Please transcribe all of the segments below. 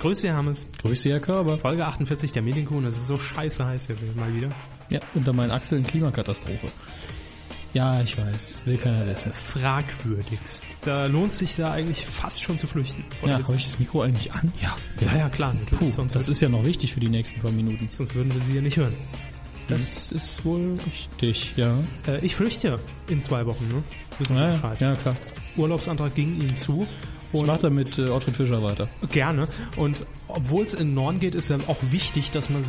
Grüß dich, Hammes. Grüß dich, Herr Körber. Folge 48 der Medienkuh. Das ist so scheiße heiß hier mal wieder. Ja, unter meinen Achseln Klimakatastrophe. Ja, ich weiß, das will keiner wissen. Fragwürdigst. Da lohnt sich da eigentlich fast schon zu flüchten. Ja, habe ich das Mikro eigentlich an? Ja. Ja, ja, klar. natürlich. Puh, sonst, das ist ja noch wichtig für die nächsten paar Minuten. sonst würden wir sie hier nicht hören. Das ist wohl richtig, ja. Äh, ich flüchte in zwei Wochen, ne? Wissen Sie Ja, ja, Bescheid. ja klar. Urlaubsantrag ging Ihnen zu. Ich Und mache da mit äh, Ottfried Fischer weiter. gerne. Und obwohl es in den Norden geht, ist ja auch wichtig, dass man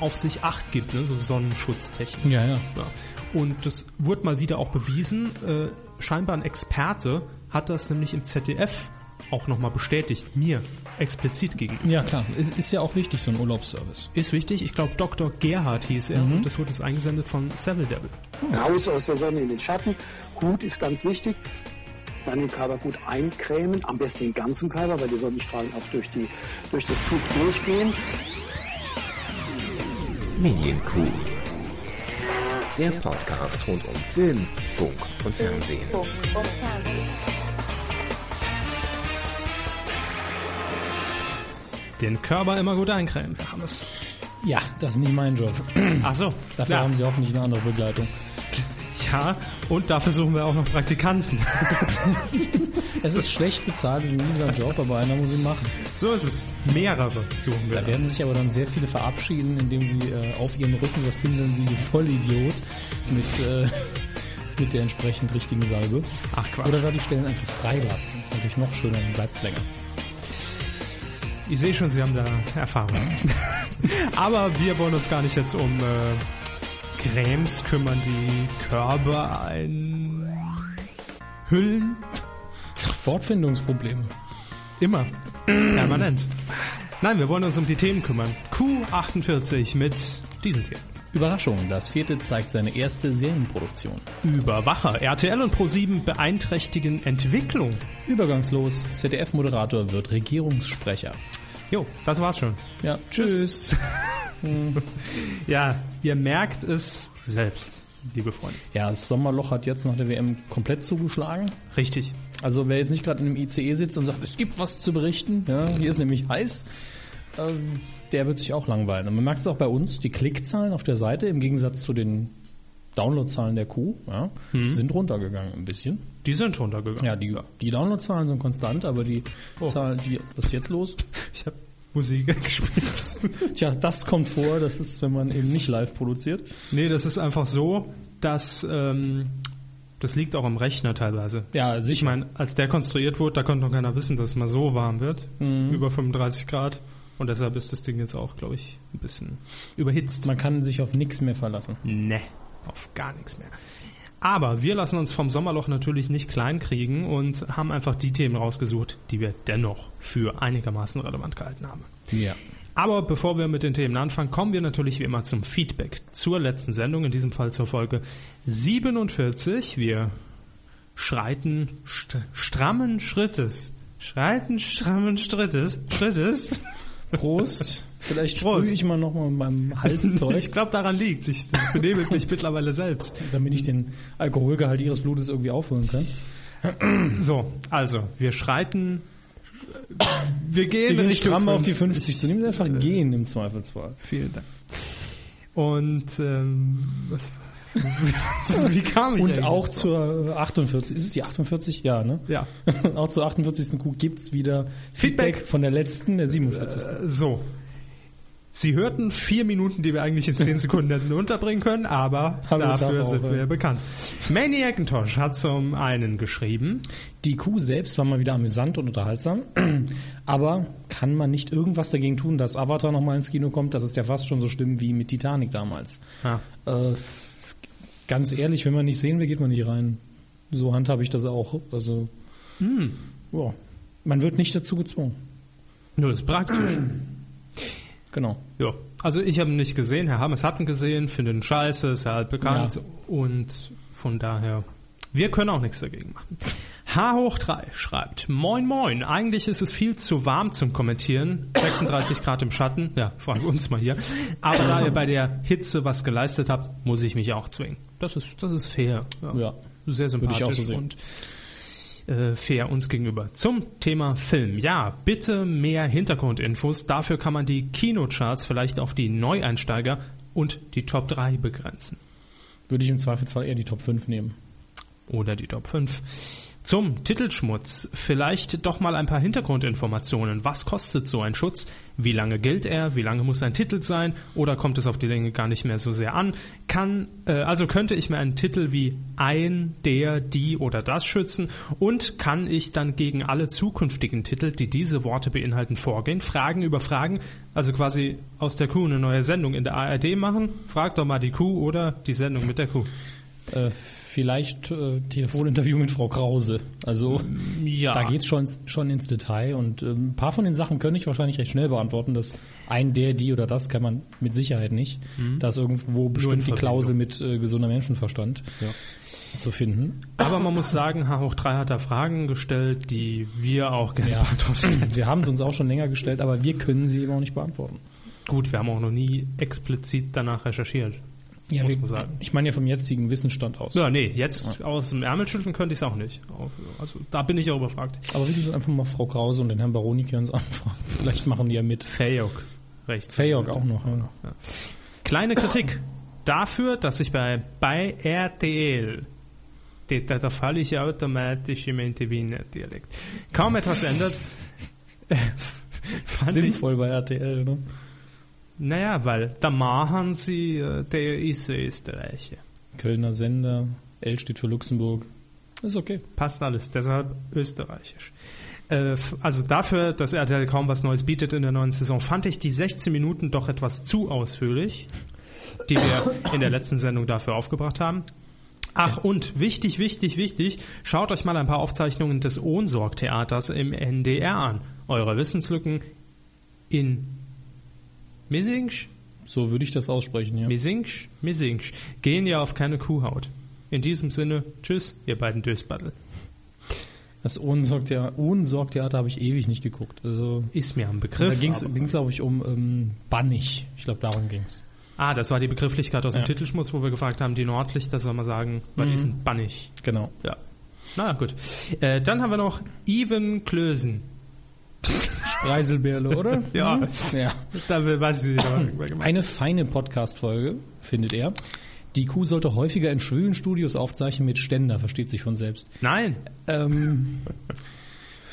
auf sich Acht gibt, ne? so sonnenschutztechnisch. Ja, ja. Ja. Und das wurde mal wieder auch bewiesen. Äh, scheinbar ein Experte hat das nämlich im ZDF auch nochmal bestätigt, mir explizit gegenüber. Ja, klar. Ist, ist ja auch wichtig, so ein Urlaubsservice. Ist wichtig, ich glaube Dr. Gerhard hieß Mhm. er und das wurde uns eingesendet von Savile Devil. raus aus der Sonne in den Schatten. Hut ist ganz wichtig. Dann den Körper gut eincremen, am besten den ganzen Körper, weil die Sonnenstrahlen auch durch, die, durch das Tuch durchgehen. Medienkuh. Der Podcast rund um Film, Funk und Fernsehen. Den Körper immer gut eincremen. Ja, das ist nicht mein Job. Achso, Dafür haben sie hoffentlich eine andere Begleitung. Ja, und dafür suchen wir auch noch Praktikanten. Es ist schlecht bezahlt, es ist ein mieser Job, aber einer muss ihn machen. So ist es. Mehrere suchen Da wir. werden sich aber dann sehr viele verabschieden, indem sie äh, auf ihren Rücken sowas pinseln wie ein Vollidiot mit, äh, mit der entsprechend richtigen Salbe. Ach Quatsch. Oder da die Stellen einfach freilassen. Ist natürlich noch schöner und bleibt länger. Ich sehe schon, Sie haben da Erfahrung. Aber wir wollen uns gar nicht jetzt um äh, Cremes kümmern, die Körbe einhüllen. Fortfindungsprobleme. Immer. Permanent. Nein, wir wollen uns um die Themen kümmern. Q48 mit diesen Themen. Überraschung, das vierte zeigt seine erste Serienproduktion. Überwacher. RTL und Pro7 beeinträchtigen Entwicklung. Übergangslos, ZDF-Moderator wird Regierungssprecher. Jo, das war's schon. Ja, tschüss. Ja, ihr merkt es selbst, liebe Freunde. Ja, das Sommerloch hat jetzt nach der WM komplett zugeschlagen. Richtig. Also wer jetzt nicht gerade in einem ICE E sitzt und sagt, es gibt was zu berichten, ja, hier ist nämlich heiß, ähm, der wird sich auch langweilen. Und man merkt es auch bei uns, die Klickzahlen auf der Seite im Gegensatz zu den Downloadzahlen der Kuh ja, sind runtergegangen ein bisschen. Die sind runtergegangen. Mhm. Ja, die, Oh. die Downloadzahlen sind konstant, aber die Zahlen, die, was ist jetzt los? Ich habe Musik gespielt. Tja, das kommt vor, das ist, wenn man eben nicht live produziert. nee, das ist einfach so, dass ähm, das liegt auch am Rechner teilweise. Ja, Ich sicher. meine, als der konstruiert wurde, da konnte noch keiner wissen, dass es mal so warm wird. Über 35 Grad. Und deshalb ist das Ding jetzt auch, glaube ich, ein bisschen überhitzt. Man kann sich auf nichts mehr verlassen. Ne, auf gar nichts mehr. Aber wir lassen uns vom Sommerloch natürlich nicht klein kriegen und haben einfach die Themen rausgesucht, die wir dennoch für einigermaßen relevant gehalten haben. Ja. Aber bevor wir mit den Themen anfangen, kommen wir natürlich wie immer zum Feedback zur letzten Sendung, in diesem Fall zur Folge 47. Wir schreiten st strammen Schrittes. Schreiten strammen Schrittes. Schrittes. Prost. Vielleicht Prost. sprühe ich mal nochmal mit meinem Ich Halszeug, glaube, daran liegt. Ich das benebelt mich mittlerweile selbst. damit ich den Alkoholgehalt ihres Blutes irgendwie aufholen kann. So, also, wir schreiten. Wir gehen, Wir gehen Richtung Äh, stramm auf die 50. 50 zu nehmen, einfach gehen im Zweifelsfall. Vielen Dank. Und ähm, was, wie kam ich Und eigentlich auch drauf? zur 48, ist es die 48? Ja, ne? Ja. auch zur 48. Kuh gibt's wieder Feedback. Äh. Feedback, von der letzten, der 47. So. Sie hörten vier Minuten, die wir eigentlich in zehn Sekunden hätten unterbringen können, aber Hallo, dafür Tag auch, sind ja. wir bekannt. Maniacintosh hat zum einen geschrieben, Die Kuh selbst war mal wieder amüsant und unterhaltsam, aber kann man nicht irgendwas dagegen tun, dass Avatar nochmal ins Kino kommt? Das ist ja fast schon so schlimm wie mit Titanic damals. ah, Äh, ganz ehrlich, wenn man nicht sehen will, geht man nicht rein. So handhabe ich das auch. Also, Hm. ja. man wird nicht dazu gezwungen. nur ist praktisch. Genau. ja. Also ich habe ihn nicht gesehen, Herr Hammes hat ihn gesehen, findet ihn scheiße, ist ja halt bekannt Ja. und von daher, wir können auch nichts dagegen machen. H hoch 3 schreibt, moin moin, eigentlich ist es viel zu warm zum Kommentieren, 36 Grad im Schatten, ja, fragen wir uns mal hier, aber da ihr bei der Hitze was geleistet habt, muss ich mich auch zwingen. Das ist, das ist fair. Ja. Sehr sympathisch auch so sehen. und äh, fair uns gegenüber. Zum Thema Film. Ja, bitte mehr Hintergrundinfos. Dafür kann man die Kinocharts vielleicht auf die Neueinsteiger und die Top 3 begrenzen. Würde ich im Zweifelsfall eher die Top 5 nehmen. Oder die Top 5. Zum Titelschmutz vielleicht doch mal ein paar Hintergrundinformationen. Was kostet so ein Schutz? Wie lange gilt er? Wie lange muss ein Titel sein? Oder kommt es auf die Länge gar nicht mehr so sehr an? Kann äh, also könnte ich mir einen Titel wie ein, der, die oder das schützen und kann ich dann gegen alle zukünftigen Titel, die diese Worte beinhalten, vorgehen? Fragen über Fragen, also quasi aus der Kuh eine neue Sendung in der ARD machen? Frag doch mal die Kuh oder die Sendung mit der Kuh. Äh, vielleicht äh, Telefoninterview mit Frau Krause. Also Ja. da geht's schon, schon ins Detail und ähm, ein paar von den Sachen könnte ich wahrscheinlich recht schnell beantworten. Das ein, der, die oder das kann man mit Sicherheit nicht. Da ist irgendwo bestimmt die Hm. Verbindung. Klausel mit äh, gesunder Menschenverstand zu finden. Aber man muss sagen, H hoch 3 hat da Fragen gestellt, die wir auch gerne Ja. beantwortet hätten. Wir haben es uns auch schon länger gestellt, aber wir können sie eben auch nicht beantworten. Gut, wir haben auch noch nie explizit danach recherchiert. Ja, Muss wir, man sagen. Ich meine ja vom jetzigen Wissensstand aus. Ja, nee, jetzt aus dem Ärmel schütteln könnte ich es auch nicht. Auch- Also da bin ich auch überfragt. Aber wir müssen einfach mal Frau Krause und den Herrn Baronik uns anfragen. Vielleicht machen die ja mit. Fayok. Recht. Fayok auch noch. Ja. Kleine Kritik dafür, dass ich bei, bei RTL, da, da- da falle ich automatisch im Wiener Dialekt, kaum etwas ändert, fand ich Sinnvoll bei RTL, ne? Naja, weil der machen sie, äh, der ist Österreicher. Kölner Sender, L steht für Luxemburg. Ist okay. Passt alles, deshalb österreichisch. Äh, f- Also dafür, dass RTL kaum was Neues bietet in der neuen Saison, fand ich die 16 Minuten doch etwas zu ausführlich, die wir in der letzten Sendung dafür aufgebracht haben. Ach und wichtig, wichtig, wichtig, schaut euch mal ein paar Aufzeichnungen des Ohnsorg-Theaters im NDR an. Eure Wissenslücken in Missingsch, So würde ich das aussprechen, ja. Misingsch, Misingsch. Gehen ja auf keine Kuhhaut. In diesem Sinne, tschüss, ihr beiden Dösbattel. Das Ohnsorgtheater, Ohnsorgtheater habe ich ewig nicht geguckt. Also Ist mir am Begriff. da ging es, aber- glaube ich, um ähm, Bannig. Ich glaube, darum ging es. ah, das war die Begrifflichkeit aus Ja. dem Titelschmutz, wo wir gefragt haben, die Nordlichter soll man sagen, weil die sind bannig. Genau. Mhm. Ja. Na gut. Äh, dann haben wir noch Even Klösen. Reiselbärle, oder? Ja, ja. da will- weiß ich nicht. Eine feine Podcast-Folge, findet er. Die Kuh sollte häufiger in schwülen Studios aufzeichnen mit Ständer, versteht sich von selbst. Nein, Ähm,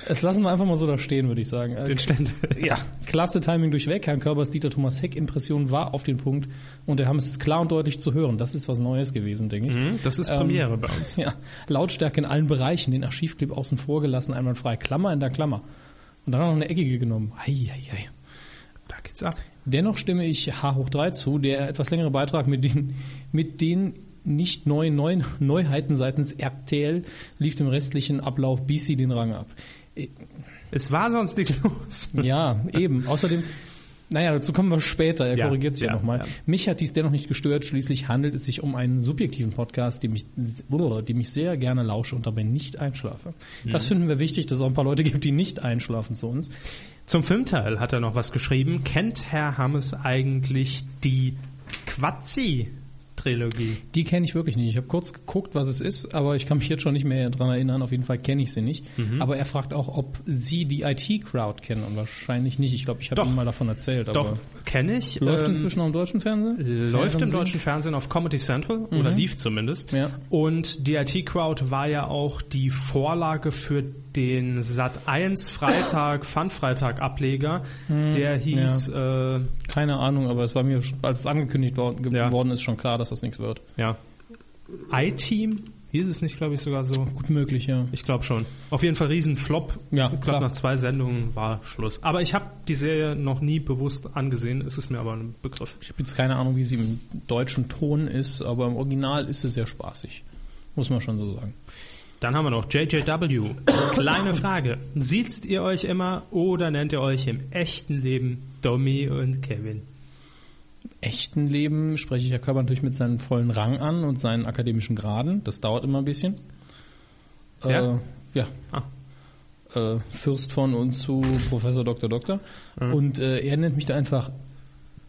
es lassen wir einfach mal so da stehen, würde ich sagen. Äh, den Ständer. Ja, klasse Timing durchweg. Herrn Körbers Dieter Thomas Heck Impression war auf den Punkt und der Hammes ist klar und deutlich zu hören. Das ist was Neues gewesen, denke ich. Hm, Das ist Ähm, Premiere bei uns. Ja, Lautstärke in allen Bereichen, den Archivclip außen vor gelassen, einwandfrei, Klammer in der Klammer. Und dann noch eine eckige genommen. Ei, ei, ei. Da geht's ab. Dennoch stimme ich H hoch 3 zu, der etwas längere Beitrag mit den, mit den nicht neuen, neuen Neuheiten seitens RTL lief dem restlichen Ablauf BC den Rang ab. Es war sonst nichts los. Ja, eben. Außerdem, naja, dazu kommen wir später. Er Ja, korrigiert sich ja, ja, nochmal. ja. Mich hat dies dennoch nicht gestört. Schließlich handelt es sich um einen subjektiven Podcast, dem ich, blablabla, dem ich sehr gerne lausche und dabei nicht einschlafe. Mhm. Das finden wir wichtig, dass es auch ein paar Leute gibt, die nicht einschlafen zu uns. Zum Filmteil hat er noch was geschrieben. Kennt Herr Hammes eigentlich die Quatzi-Trilogie? Die kenne ich wirklich nicht. Ich habe kurz geguckt, was es ist, aber ich kann mich jetzt schon nicht mehr dran erinnern. Auf jeden Fall kenne ich sie nicht. Mhm. Aber er fragt auch, ob Sie die IT-Crowd kennen. Und wahrscheinlich nicht. Ich glaube, ich habe Doch. ihm mal davon erzählt. Doch, Aber kenne ich. läuft Ähm, inzwischen auch im deutschen Fernsehen? läuft im Fernsehen? deutschen Fernsehen auf Comedy Central oder lief zumindest. Mhm. Ja. Und die IT Crowd war ja auch die Vorlage für den Sat 1 Freitag Fun Freitag Ableger, Mhm. der hieß ja. Äh, Keine Ahnung, aber es war mir, schon- als es angekündigt worden, ge- Ja. worden ist, schon klar, dass das nichts wird. ja I-Team hieß es nicht, glaube ich sogar so. Gut möglich, ja. Ich glaube schon. Auf jeden Fall Riesenflop. Ja, ich klar. glaube, nach zwei Sendungen war Schluss. Aber ich habe die Serie noch nie bewusst angesehen. Es ist mir aber ein Begriff. Ich habe jetzt keine Ahnung, wie sie im deutschen Ton ist, aber im Original ist sie sehr spaßig. Muss man schon so sagen. Dann haben wir noch JJW. Kleine Frage. Siezt ihr euch immer oder nennt ihr euch im echten Leben Domi und Kevin? echten Leben spreche ich ja Körper natürlich mit seinem vollen Rang an und seinen akademischen Graden. Das dauert immer ein bisschen. Ja? Äh, ja. Ah. Äh, Fürst von und zu Professor Dr. Doktor. Mhm. Und äh, er nennt mich da einfach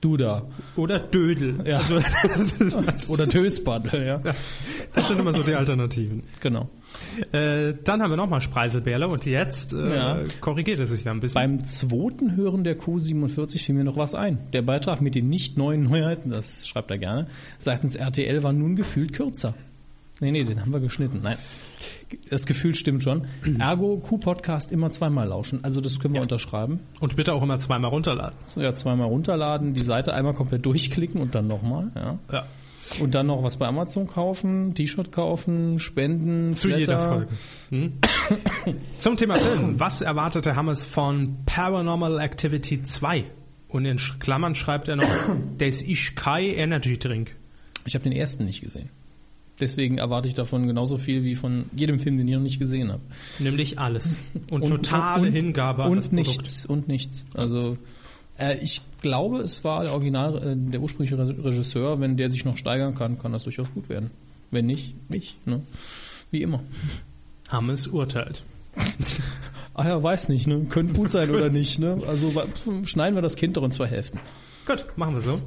Duda Oder Dödel. Ja. Also, das, ist- oder Tösbaddel, ja. das sind immer so die Alternativen. Genau. Äh, dann haben wir nochmal Spreiselbärle und jetzt äh, Ja. korrigiert es sich da ein bisschen. Beim zweiten Hören der Q47 fiel mir noch was ein. Der Beitrag mit den nicht neuen Neuheiten, das schreibt er gerne, seitens RTL war nun gefühlt kürzer. Nee, nee, den haben wir geschnitten. Nein. Das Gefühl stimmt schon. Ergo, Q-Podcast immer zweimal lauschen. Also das können wir unterschreiben. und bitte auch immer zweimal runterladen. So, Ja, zweimal runterladen, die Seite einmal komplett durchklicken und dann nochmal. Ja. Ja. Und dann noch was bei Amazon kaufen, T-Shirt kaufen, spenden. Zu Flatter. jeder Folge. Hm? Zum Thema Film. Was erwartete Hammers von Paranormal Activity 2? Und in Sch- Klammern schreibt er noch, das ist kein Energy Drink. Ich habe den ersten nicht gesehen. Deswegen erwarte ich davon genauso viel wie von jedem Film, den ich noch nicht gesehen habe. Nämlich alles. Und, totale und- Hingabe an und das Produkt. nichts und nichts. Also äh, ich glaube, es war der Original, äh, der ursprüngliche Re- Regisseur. Wenn der sich noch steigern kann, kann das durchaus gut werden. Wenn nicht, nicht. Ne? Wie immer. Hammes urteilt. Ah ja, weiß nicht. Ne? Könnte gut sein oder nicht. Ne? Also wa- pf, schneiden wir das Kind doch in zwei Hälften. Gut, machen wir so.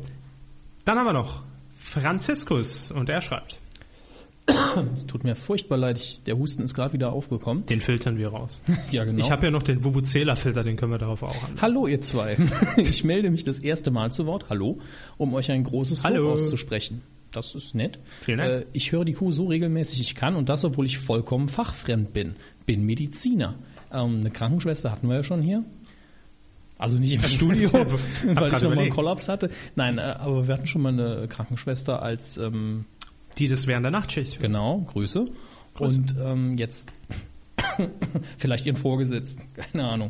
Dann haben wir noch Franziskus und er schreibt. Es tut mir furchtbar leid. Ich, der Husten ist gerade wieder aufgekommen. Den filtern wir raus. Ja genau. Ich habe ja noch den Vuvuzela-Filter, den können wir darauf auch an. Hallo ihr zwei. Ich melde mich das erste Mal zu Wort, hallo, um euch ein großes Lob Hallo. auszusprechen. Das ist nett. Vielen Dank. Äh, ich höre die Kuh so regelmäßig ich kann und das, obwohl ich vollkommen fachfremd bin. Bin Mediziner. Ähm, eine Krankenschwester hatten wir ja schon hier. Also nicht im Studio, Hab grad weil ich nochmal einen überlegt. Kollaps hatte. Nein, äh, aber wir hatten schon mal eine Krankenschwester als ähm, Die das während der Nachtschicht. Genau, Grüße. Und ähm, jetzt vielleicht Ihren Vorgesetzten, keine Ahnung.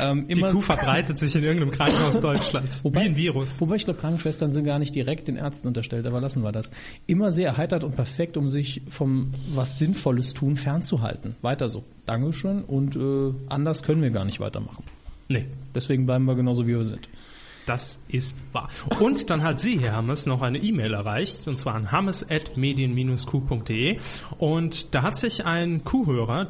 Ähm, Die Kuh verbreitet sich in irgendeinem Krankenhaus Deutschlands. Wie ein Virus. Wobei ich glaube, Krankenschwestern sind gar nicht direkt den Ärzten unterstellt, aber lassen wir das. Immer sehr erheitert und perfekt, um sich vom was Sinnvolles tun fernzuhalten. Weiter so. Dankeschön und äh, anders können wir gar nicht weitermachen. Nee, Deswegen bleiben wir genauso, wie wir sind. das ist wahr. Und dann hat sie, Herr Hammes, noch eine E-Mail erreicht, und zwar an hammes.medien-q.de. Und da hat sich ein Kuhhörer,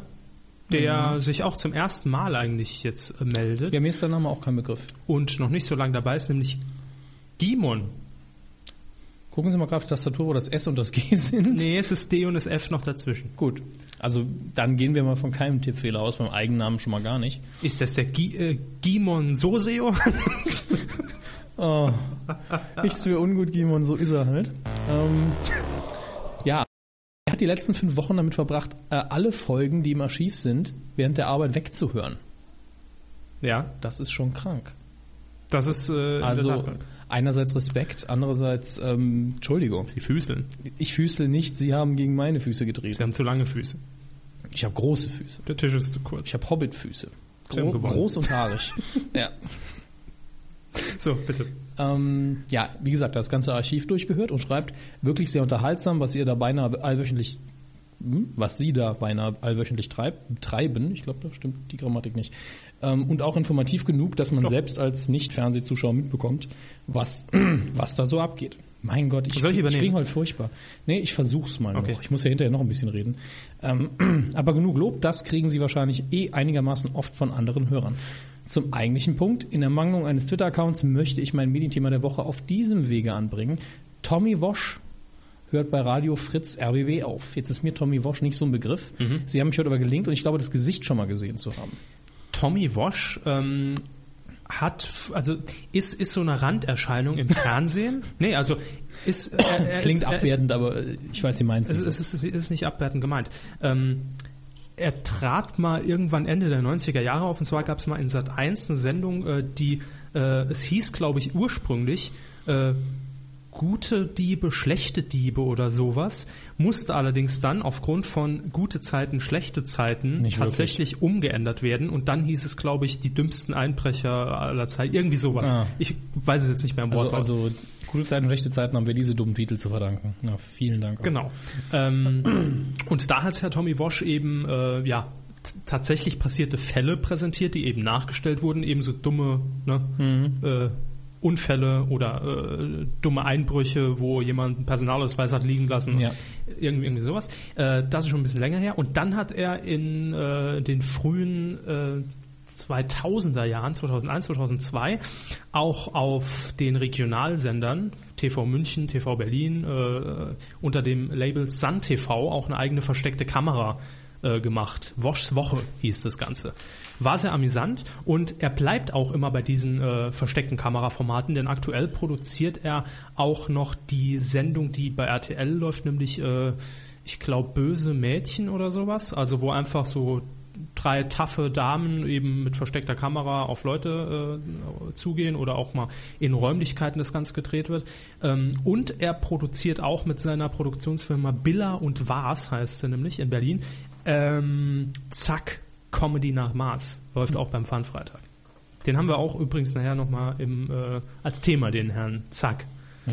der sich auch zum ersten Mal eigentlich jetzt äh, meldet Ja, mir ist der Name auch kein Begriff. und noch nicht so lange dabei ist, nämlich Gimon. Gucken Sie mal gerade auf die Tastatur, wo das S und das G sind. Nee, es ist D und das F noch dazwischen. Gut. Also dann gehen wir mal von keinem Tippfehler aus, beim Eigennamen schon mal gar nicht. Ist das der Gi äh, Gimon Soseo? Oh, nichts für ungut, Gimon, so ist er halt. Ähm, ja, er hat die letzten fünf Wochen damit verbracht, äh, alle Folgen, die im Archiv sind, während der Arbeit wegzuhören. ja, Das ist schon krank. das ist äh, in der Also Tat- einerseits Respekt, andererseits ähm, Entschuldigung. die Füßeln. Ich füßle nicht, Sie haben gegen meine Füße gedreht. Sie haben zu lange Füße. Ich habe große Füße. Der Tisch ist zu kurz. Ich habe Hobbitfüße. Sie haben Gro gewonnen. groß und haarig. ja. So, bitte. Ähm, ja, wie gesagt, das ganze Archiv durchgehört und schreibt wirklich sehr unterhaltsam, was ihr da beinahe allwöchentlich, hm, was sie da beinahe allwöchentlich treibt, treiben. Ich glaube, da stimmt die Grammatik nicht. Ähm, und auch informativ genug, dass man selbst als Nicht-Fernsehzuschauer mitbekommt, was, was da so abgeht. Mein Gott, ich, Soll ich kling- ich übernehmen? klinge heute furchtbar. Nee, ich versuch's mal Okay. noch. Ich muss ja hinterher noch ein bisschen reden. Ähm, aber genug Lob, das kriegen Sie wahrscheinlich eh einigermaßen oft von anderen Hörern. Zum eigentlichen Punkt, in Ermangelung eines Twitter-Accounts möchte ich mein Medienthema der Woche auf diesem Wege anbringen. Tommy Wosch hört bei Radio Fritz RBW auf. Jetzt ist mir Tommy Wosch nicht so ein Begriff. Mhm. Sie haben mich heute aber gelinkt und ich glaube, das Gesicht schon mal gesehen zu haben. Tommy Wash ähm, hat, f- also ist, ist so eine Randerscheinung im Fernsehen. nee, also ist. er- er Klingt ist, er abwertend, aber äh, ich weiß, Sie meinen es Ist, nicht. es, ist, es ist, ist nicht abwertend gemeint. Ähm, er trat mal irgendwann Ende der 90er Jahre auf und zwar gab es mal in Sat 1 eine Sendung, äh, die äh, es hieß, glaube ich, ursprünglich äh, gute Diebe, schlechte Diebe oder sowas, musste allerdings dann aufgrund von gute Zeiten, schlechte Zeiten Nicht tatsächlich umgeändert werden und dann hieß es, glaube ich, die dümmsten Einbrecher aller Zeiten, irgendwie sowas. Ah. Ich weiß es jetzt nicht mehr im Also, Wort. also gute Zeiten, schlechte Zeiten haben wir diese dummen Titel zu verdanken. Na, vielen Dank. Genau. Ähm, und da hat Herr Tommy Wash eben, äh, ja, t- tatsächlich passierte Fälle präsentiert, die eben nachgestellt wurden, eben so dumme ne, äh, Unfälle oder äh, dumme Einbrüche, wo jemand einen Personalausweis hat liegen lassen, Ja. irgendwie, irgendwie sowas. Äh, das ist schon ein bisschen länger her. Und dann hat er in äh, den frühen äh, 2000er Jahren, 2001, 2002, auch auf den Regionalsendern TV München, TV Berlin, äh, unter dem Label Sun TV auch eine eigene versteckte Kamera äh, gemacht. Woschs Woche hieß das Ganze. War sehr amüsant und er bleibt auch immer bei diesen äh, versteckten Kameraformaten, denn aktuell produziert er auch noch die Sendung, die bei RTL läuft, nämlich, äh, ich glaube, Böse Mädchen oder sowas. Also wo einfach so drei taffe Damen eben mit versteckter Kamera auf Leute äh, zugehen oder auch mal in Räumlichkeiten das Ganze gedreht wird. Ähm, und er produziert auch mit seiner Produktionsfirma Billa und Vars, heißt sie nämlich, in Berlin. Ähm, zack, Comedy nach Mars. Läuft auch beim Fun-Freitag. Den haben wir auch übrigens nachher nochmal äh, als Thema, den Herrn Zack.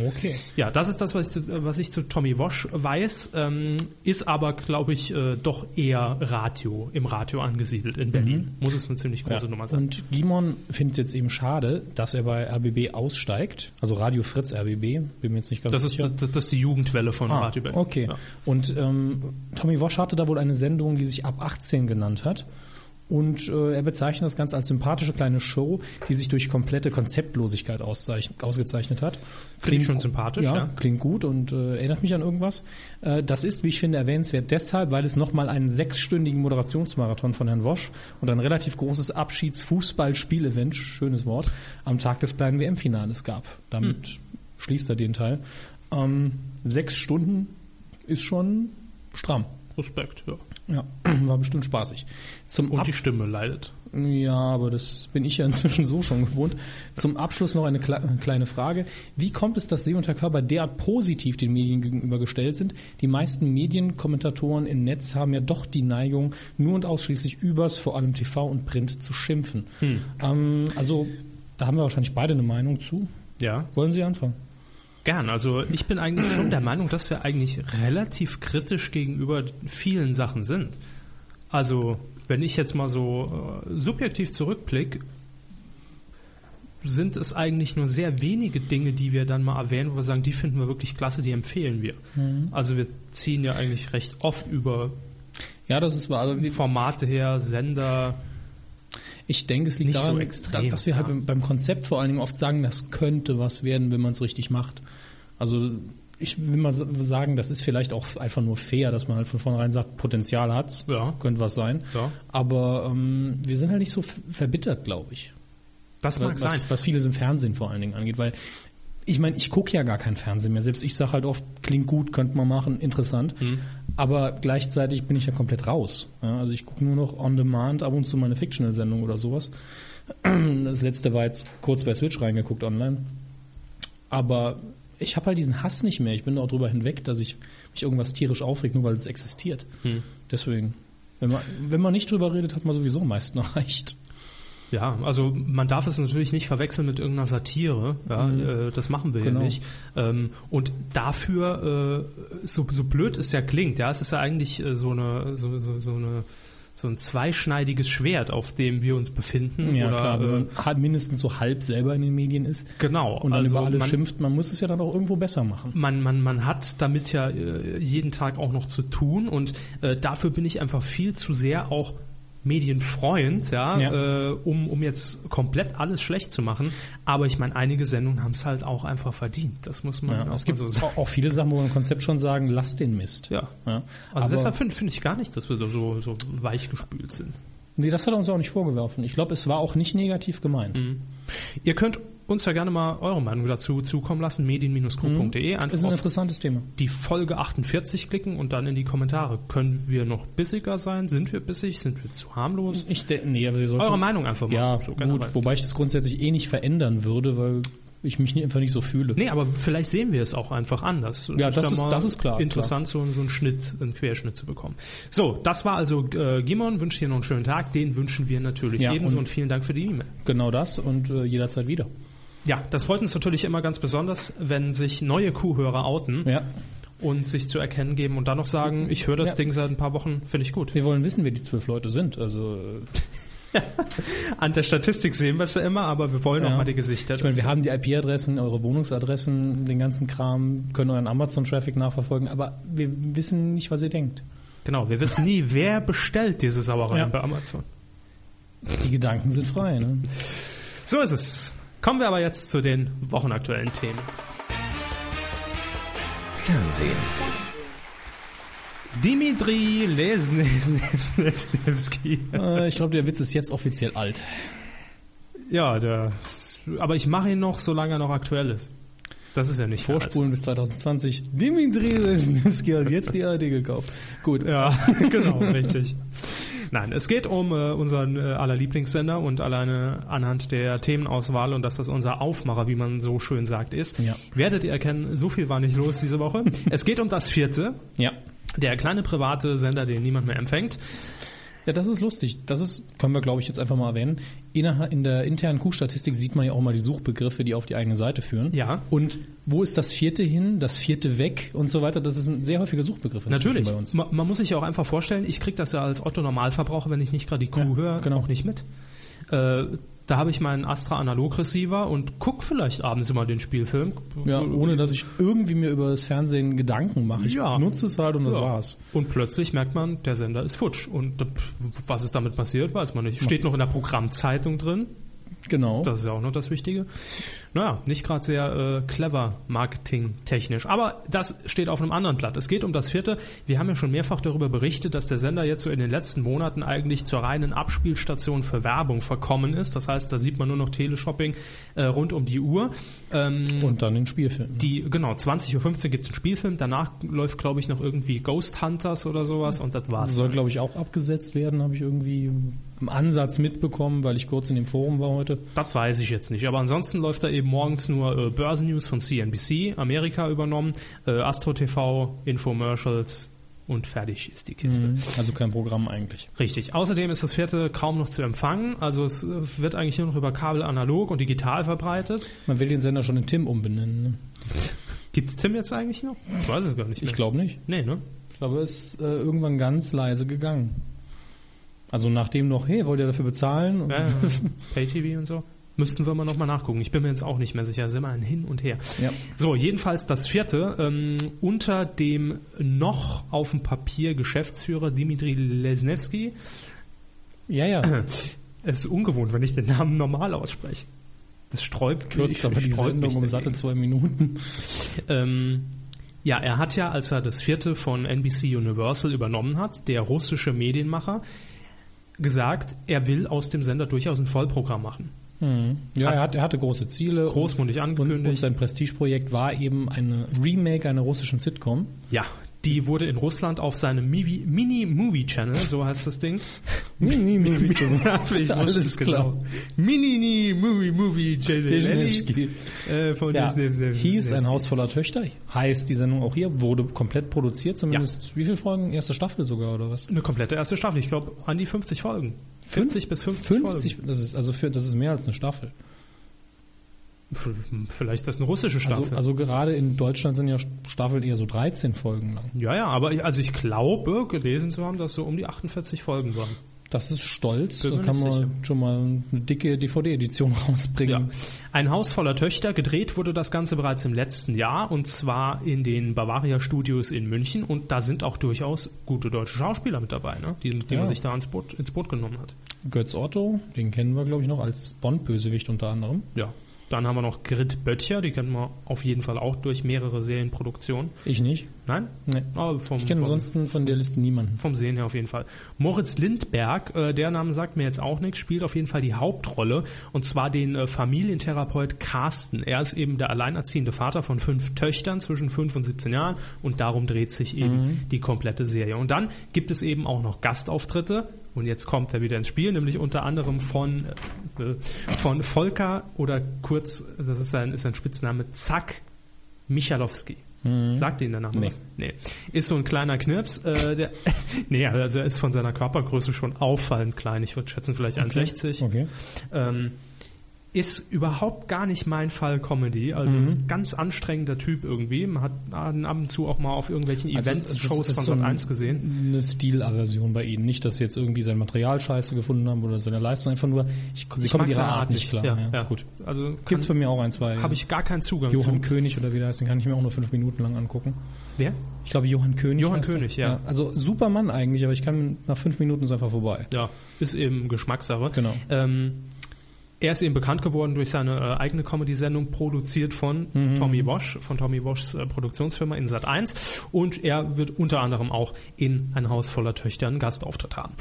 Okay. Ja, das ist das, was ich zu, äh, was ich zu Tommy Wash weiß, ähm, ist aber, glaube ich, äh, doch eher Radio, im Radio angesiedelt in Berlin. Muss es eine ziemlich große Nummer sein. Mhm. Und Gimon findet es jetzt eben schade, dass er bei RBB aussteigt. Also Radio Fritz RBB, bin mir jetzt nicht ganz Das ist, sicher. das, das ist die Jugendwelle von Ah, Radio Berlin. okay. Ja. Und ähm, Tommy Walsh hatte da wohl eine Sendung, die sich ab 18 genannt hat. Und äh, er bezeichnet das Ganze als sympathische kleine Show, die sich durch komplette Konzeptlosigkeit auszeichn- ausgezeichnet hat. Klingt schon sympathisch, ja. Klingt gut und äh, erinnert mich an irgendwas. Äh, das ist, wie ich finde, erwähnenswert deshalb, weil es nochmal einen sechsstündigen Moderationsmarathon von Herrn Wosch und ein relativ großes Abschieds-Fußball-Spiel-Event, schönes Wort, am Tag des kleinen WM-Finales gab. Damit Hm. schließt er den Teil. Ähm, sechs Stunden ist schon stramm. Respekt, ja. Ja, war bestimmt spaßig. Zum Und Ab- die Stimme leidet. ja, aber das bin ich ja inzwischen so schon gewohnt. Zum Abschluss noch eine kle äh, kleine Frage. Wie kommt es, dass Sie und Herr Körber derart positiv den Medien gegenübergestellt sind? Die meisten Medienkommentatoren im Netz haben ja doch die Neigung, nur und ausschließlich übers, vor allem TV und Print, zu schimpfen. Ähm, also, da haben wir wahrscheinlich beide eine Meinung zu. Ja. Wollen Sie anfangen? Gern. Also ich bin eigentlich schon der Meinung, dass wir eigentlich relativ kritisch gegenüber vielen Sachen sind. Also wenn ich jetzt mal so äh, subjektiv zurückblicke, sind es eigentlich nur sehr wenige Dinge, die wir dann mal erwähnen, wo wir sagen, die finden wir wirklich klasse, die empfehlen wir. Also wir ziehen ja eigentlich recht oft über Ja, das ist wahr. Also, wir- Formate her, Sender. Ich denke, es liegt Nicht so daran, extrem, da- dass wir halt ja. beim- beim Konzept vor allen Dingen oft sagen, das könnte was werden, wenn man es richtig macht. Also ich will mal sa- sagen, das ist vielleicht auch einfach nur fair, dass man halt von vornherein sagt, Potenzial hat's, Ja. könnte was sein. Ja. Aber ähm, wir sind halt nicht so ver- verbittert, glaube ich. Das mag was, sein. was vieles im Fernsehen vor allen Dingen angeht, weil ich meine, ich gucke ja gar kein Fernsehen mehr. Selbst ich sage halt oft, klingt gut, könnte man machen, interessant. Mhm. Aber gleichzeitig bin ich ja komplett raus. Ja, also ich gucke nur noch on demand, ab und zu mal eine Fictional-Sendung oder sowas. Das letzte war jetzt kurz bei Switch reingeguckt online. Aber ich habe halt diesen Hass nicht mehr. Ich bin auch drüber hinweg, dass ich mich irgendwas tierisch aufregt, nur weil es existiert. Mhm. Deswegen, wenn man, wenn man nicht drüber redet, hat man sowieso am meisten erreicht. Ja, also man darf es natürlich nicht verwechseln mit irgendeiner Satire. Ja, äh, das machen wir Genau. hier nicht. Ähm, und dafür, äh, so, so blöd es ja klingt, ja, es ist ja eigentlich äh, so eine, so, so, so eine so ein zweischneidiges Schwert, auf dem wir uns befinden. Ja, oder, klar, wenn äh, man halt mindestens so halb selber in den Medien ist genau. und dann also über alles man, schimpft, man muss es ja dann auch irgendwo besser machen. man, man, man hat damit ja äh, jeden Tag auch noch zu tun und äh, dafür bin ich einfach viel zu sehr auch medienfreund, ja, Ja. Äh, um, um jetzt komplett alles schlecht zu machen. Aber ich meine, einige Sendungen haben es halt auch einfach verdient. Das muss man Ja, auch es gibt mal so sagen. auch auch viele Sachen, wo wir im Konzept schon sagen, lass den Mist. Ja. Ja, Also aber- deshalb finde find ich gar nicht, dass wir da so, so weich gespült sind. Nee, das hat er uns auch nicht vorgeworfen. Ich glaube, es war auch nicht negativ gemeint. Mhm. Ihr könnt uns ja gerne mal eure Meinung dazu zukommen lassen, medien-q.de. Einfach Mhm. Ist ein auf interessantes Thema. die Folge 48 klicken und dann in die Kommentare. Können wir noch bissiger sein? Sind wir bissig? Sind wir zu harmlos? Ich de- nee, aber wir sollten, Eure Meinung einfach mal. Ja, so gut, generell. wobei ich das grundsätzlich eh nicht verändern würde, weil ich mich nie- einfach nicht so fühle. Nee, aber vielleicht sehen wir es auch einfach anders. Ja, das ist- das ist klar, Interessant, So, so einen Schnitt, einen Querschnitt zu bekommen. So, das war also äh, Gimon. Wünscht dir noch einen schönen Tag. Den wünschen wir natürlich Ja, ebenso und- und vielen Dank für die E-Mail. Genau das und äh, jederzeit wieder. Ja, das freut uns natürlich immer ganz besonders, wenn sich neue Kuhhörer outen Ja, und sich zu erkennen geben und dann noch sagen, ich höre das Ja. Ding seit ein paar Wochen, finde ich gut. wir wollen wissen, wer die zwölf Leute sind. Also äh, An der Statistik sehen wir es ja immer, aber wir wollen auch Ja. mal die Gesichter. Ich meine, wir haben die IP-Adressen, eure Wohnungsadressen, den ganzen Kram, können euren Amazon-Traffic nachverfolgen, aber wir wissen nicht, was ihr denkt. Genau, wir wissen nie, wer bestellt diese Sauereien Ja. bei Amazon. Die Gedanken sind frei, ne? So ist es. Kommen wir aber jetzt zu den wochenaktuellen Themen. Fernsehen. Dimitri Lesnevsky. Äh, ich glaube, der Witz ist jetzt offiziell alt. Ja, der, aber ich mache ihn noch, solange er noch aktuell ist. Das ist ja nicht mehr Vorspulen bis 2020. Dimitri Lesnevsky hat jetzt die ARD gekauft. Gut. Ja, genau, richtig. Nein, es geht um äh, unseren äh, aller Lieblingssender und alleine anhand der Themenauswahl und dass das unser Aufmacher, wie man so schön sagt, ist, Ja. werdet ihr erkennen, so viel war nicht los diese Woche. es geht um das vierte, Ja. der kleine private Sender, den niemand mehr empfängt. Ja, das ist lustig. Das ist, können wir, glaube ich, jetzt einfach mal erwähnen. Innerhalb in der internen Kuhstatistik sieht man ja auch mal die Suchbegriffe, die auf die eigene Seite führen. Ja. Und wo ist das vierte hin, das vierte weg und so weiter? Das ist ein sehr häufiger Suchbegriff inzwischen Natürlich. bei uns. Ma- Man muss sich ja auch einfach vorstellen, ich kriege das ja als Otto Normalverbraucher, wenn ich nicht gerade die Kuh Ja, höre, genau. auch nicht mit. Äh, da habe ich meinen Astra Analog Receiver und guck vielleicht abends immer den Spielfilm. Ja, Äh, ohne dass ich irgendwie mir über das Fernsehen Gedanken mache. Ich Ja. nutze es halt und das Ja. war's. Und plötzlich merkt man, der Sender ist futsch. Und da- pf, was ist damit passiert, weiß man nicht. Steht noch in der Programmzeitung drin. Genau. Das ist ja auch noch das Wichtige. Naja, nicht gerade sehr äh, clever marketingtechnisch. Aber das steht auf einem anderen Blatt. Es geht um das vierte. Wir haben ja schon mehrfach darüber berichtet, dass der Sender jetzt so in den letzten Monaten eigentlich zur reinen Abspielstation für Werbung verkommen ist. Das heißt, da sieht man nur noch Teleshopping äh, rund um die Uhr. Ähm, und dann den Spielfilm. die, genau, 20.15 Uhr gibt es einen Spielfilm, danach läuft, glaube ich, noch irgendwie Ghost Hunters oder sowas und das war's. Soll, glaube ich, auch abgesetzt werden, habe ich irgendwie im Ansatz mitbekommen, weil ich kurz in dem Forum war heute. Das weiß ich jetzt nicht. Aber ansonsten läuft da eben morgens nur äh, Börsennews von CNBC, Amerika übernommen, äh, Astro TV, Infomercials und fertig ist die Kiste. Also kein Programm eigentlich. Richtig. Außerdem ist das vierte kaum noch zu empfangen. Also es äh, wird eigentlich nur noch über Kabel analog und digital verbreitet. Man will den Sender schon in Tim umbenennen. Ne? Gibt's Tim jetzt eigentlich noch? Ich weiß es gar nicht mehr. Ich glaube nicht. Nee, ne? Ich glaube, es ist äh, irgendwann ganz leise gegangen. Also nachdem noch, hey, wollt ihr dafür bezahlen? Und- Ja, ja. Pay-TV und so. Müssten wir mal nochmal nachgucken. Ich bin mir jetzt auch nicht mehr sicher. Es ist immer ein Hin und Her. Ja. So, jedenfalls das vierte. Ähm, unter dem noch auf dem Papier Geschäftsführer Dimitri Lesnevsky. ja, ja. Es ist ungewohnt, wenn ich den Namen normal ausspreche. Das sträubt Kürzt mich- aber die sträubt mich Sendung um dagegen. satte zwei Minuten. Ähm, ja, er hat ja, als er das vierte von NBC Universal übernommen hat, der russische Medienmacher, gesagt, er will aus dem Sender durchaus ein Vollprogramm machen. Hm. Ja, er, hat, er hatte große Ziele. Großmundig und, und, und angekündigt. sein Prestigeprojekt war eben ein Remake einer russischen Sitcom. Ja, die wurde in Russland auf seinem Mivi- Mini-Movie-Channel, so heißt das Ding. Ich wusste es Alles klar. genau. Mini-Mini-Movie-Movie-Channel Genau. äh, von Ja. Disney. Hieß ein Haus voller Töchter. Heißt die Sendung auch hier, wurde komplett produziert, zumindest wie viele Folgen? Erste Staffel sogar oder was? Eine komplette erste Staffel. Ich glaube, an die 50 Folgen. 40 bis 50, 50, das ist also für, das ist mehr als eine Staffel. Folgen. F- Vielleicht das eine russische Staffel. Also, also gerade in Deutschland sind ja Staffeln eher so 13 Folgen lang. ja, ja, aber ich, also ich glaube, gelesen zu haben, dass so um die 48 Folgen waren. Das ist stolz. Bin Da mir kann man nicht schon mal eine dicke DVD-Edition Ja. rausbringen. Ein Haus voller Töchter. Gedreht wurde das Ganze bereits im letzten Jahr und zwar in den Bavaria Studios in München und da sind auch durchaus gute deutsche Schauspieler mit dabei, ne? die, die man Ja. sich da ins Boot, ins Boot genommen hat. Götz Otto, den kennen wir, glaube ich, noch als Bond-Bösewicht unter anderem. Ja. Dann haben wir noch Grit Böttcher, die kennt man auf jeden Fall auch durch mehrere Serienproduktionen. Ich nicht. Nein? Nee. Aber vom, Ich kenne vom, ansonsten von der Liste niemanden. vom Sehen her auf jeden Fall. Moritz Lindberg, äh, der Name sagt mir jetzt auch nichts, spielt auf jeden Fall die Hauptrolle und zwar den äh, Familientherapeut Carsten. Er ist eben der alleinerziehende Vater von fünf Töchtern zwischen 5 und 17 Jahren und darum dreht sich eben die komplette Serie. Und dann gibt es eben auch noch Gastauftritte und jetzt kommt er wieder ins Spiel, nämlich unter anderem von, äh, von Volker oder kurz, das ist sein, ist sein Spitzname, Zack Michalowski. Sagt Ihnen der Name Mhm. Nee. was? Nee. Ist so ein kleiner Knirps. Äh, der, nee, also er ist von seiner Körpergröße schon auffallend klein. Ich würde schätzen, vielleicht 1,60. Okay. Ähm, ist überhaupt gar nicht mein Fall Comedy. Also Mhm. ist ein ganz anstrengender Typ irgendwie. Man hat ab und zu auch mal auf irgendwelchen Also es- es- Event-Shows es ist so von ein- Sat1 gesehen. Eine Stilaversion bei ihnen. Nicht, dass sie jetzt irgendwie sein Material scheiße gefunden haben oder seine Leistung. Einfach nur, ich, sie Ich kommen mag mit ihrer seine Art nicht klar. Ja, ja. Gut. Also Gibt es bei kann- mir auch ein, zwei. habe ich gar keinen Zugang Johann zu. König oder wie der heißt, den kann ich mir auch nur fünf Minuten lang angucken. Wer? Ich glaube, Johann König. Johann heißt er. König, ja. Also super Mann eigentlich, aber ich kann nach fünf Minuten ist einfach vorbei. Ja, ist eben Geschmackssache. Genau. Ähm, er ist eben bekannt geworden durch seine äh, eigene Comedy-Sendung, produziert von Tommy Wash, von Tommy Washs äh, Produktionsfirma Insat 1. Und er wird unter anderem auch in Ein Haus voller Töchter einen Gastauftritt haben.